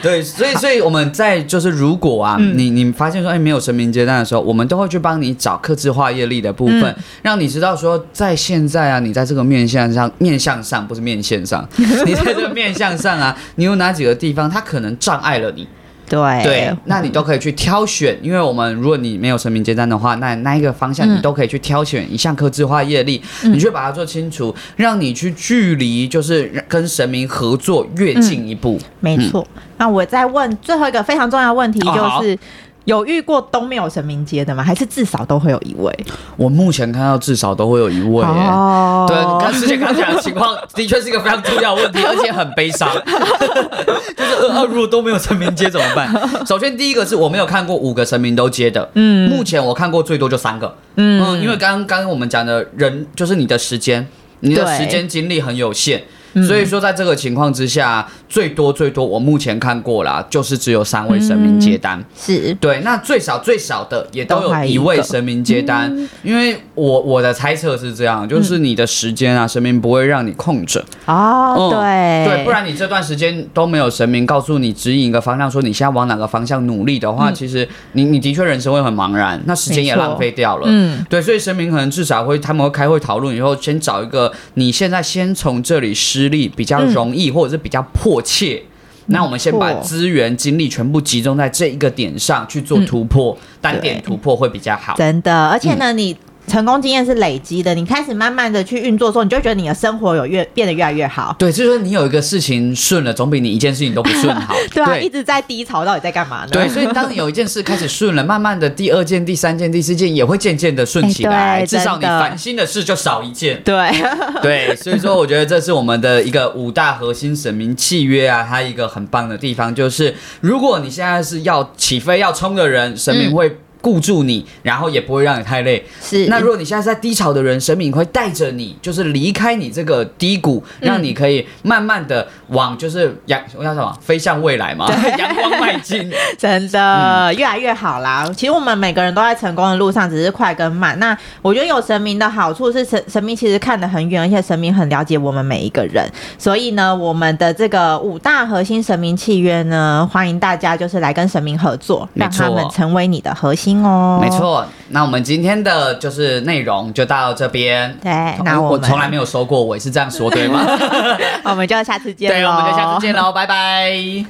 [SPEAKER 3] 对，所以所以我们在就是如果啊，你你发现说哎没有神明接单的时候，我们都会去帮你找克制化业力的部分，让你知道说在现在啊，你在这个面向上面向上不是面线上，你在这个面向上啊，你有哪几个地方它可能障碍了你？
[SPEAKER 2] 对
[SPEAKER 3] 对，那你都可以去挑选，因为我们如果你没有神明接单的话，那那一个方向你都可以去挑选一项科制化业力，你去把它做清楚，让你去距离就是跟神明合作越近一步。
[SPEAKER 2] 没错。那我再问最后一个非常重要的问题，
[SPEAKER 3] 哦嗯好
[SPEAKER 2] 就是有遇过都没有神明接的吗？还是至少都会有一位？
[SPEAKER 3] 我目前看到至少都会有一位、欸。
[SPEAKER 2] 哦
[SPEAKER 3] 对，你看之前刚讲的情况，的确是一个非常重要的问题，而且很悲伤。就是呃呃，如果都没有神明接怎么办？首先第一个是我没有看过五个神明都接的，嗯，目前我看过最多就三个，嗯因为刚刚刚我们讲的人就是你的时间，你的
[SPEAKER 2] 对
[SPEAKER 3] 时间精力很有限。所以说，在这个情况之下，最多最多，我目前看过啦，就是只有三位神明接单。
[SPEAKER 2] 是
[SPEAKER 3] 对，那最少最少的也都
[SPEAKER 2] 都
[SPEAKER 3] 有
[SPEAKER 2] 还
[SPEAKER 3] 一
[SPEAKER 2] 一
[SPEAKER 3] 位
[SPEAKER 2] 个嗯
[SPEAKER 3] 神明接单，因为我我的猜测是这样，就是你的时间啊，神明不会让你空着，
[SPEAKER 2] 哦，
[SPEAKER 3] 嗯
[SPEAKER 2] 对
[SPEAKER 3] 对，不然你这段时间都没有神明告诉你指引一个方向，说你现在往哪个方向努力的话，其实你你的确人生会很茫然，那时间也
[SPEAKER 2] 嗯没错
[SPEAKER 3] 浪费掉了。
[SPEAKER 2] 嗯，
[SPEAKER 3] 对，所以神明可能至少会，他们会开会讨论以后，先找一个你现在先从这里失利比较
[SPEAKER 2] 嗯
[SPEAKER 3] 容易，或者是比较迫切。那我们先把
[SPEAKER 2] 没错
[SPEAKER 3] 资源精力全部集中在这一个点上去
[SPEAKER 2] 嗯
[SPEAKER 3] 做突破，单点突破会比较好。
[SPEAKER 2] 真的，而且
[SPEAKER 3] 嗯
[SPEAKER 2] 呢，你。成功经验是累积的，你开始慢慢的去运作的时候，你就会觉得你的生活有越变得越来越好。
[SPEAKER 3] 对，就是说你有一个事情顺了，总比你一件事情都不顺好。
[SPEAKER 2] (laughs) 对啊，一直在低潮，到底在干嘛呢？
[SPEAKER 3] 对，所以当有一件事开始顺了，慢慢的第二件、第三件、第四件也会渐渐的顺起来，
[SPEAKER 2] 哎对
[SPEAKER 3] 至少你
[SPEAKER 2] 真的
[SPEAKER 3] 烦心的事就少一件。
[SPEAKER 2] 对，
[SPEAKER 3] (laughs) 对，所以说我觉得这是我们的一个五大核心神明契约啊，它一个很棒的地方就是，如果你现在是要起飞要冲的人，神明会。顾住你，然后也不会让你太累。
[SPEAKER 2] 是
[SPEAKER 3] 那如果你嗯现在是在低潮的人，神明会带着你，就是离开你这个低谷，让你可以慢慢的往就是阳，我叫什么？飞向未来嘛， (laughs) 阳光迈进。
[SPEAKER 2] 真的、越来越好啦。其实我们每个人都在成功的路上，只是快跟慢。那我觉得有神明的好处是神神明其实看得很远，而且神明很了解我们每一个人。所以呢，我们的这个五大核心神明契约呢，欢迎大家就是来跟神明合作，
[SPEAKER 3] 没
[SPEAKER 2] 让
[SPEAKER 3] 错
[SPEAKER 2] 他们成为你的核心哦。
[SPEAKER 3] (laughs) 没，错，那我们今天的就是内容就到这边。
[SPEAKER 2] 对
[SPEAKER 3] 从
[SPEAKER 2] 那我
[SPEAKER 3] 我
[SPEAKER 2] 们
[SPEAKER 3] 从来没有 (laughs) 收过，我也是这样说对吗？
[SPEAKER 2] (laughs) 我们就下次见。
[SPEAKER 3] 对，我们就下次。见喽，拜拜。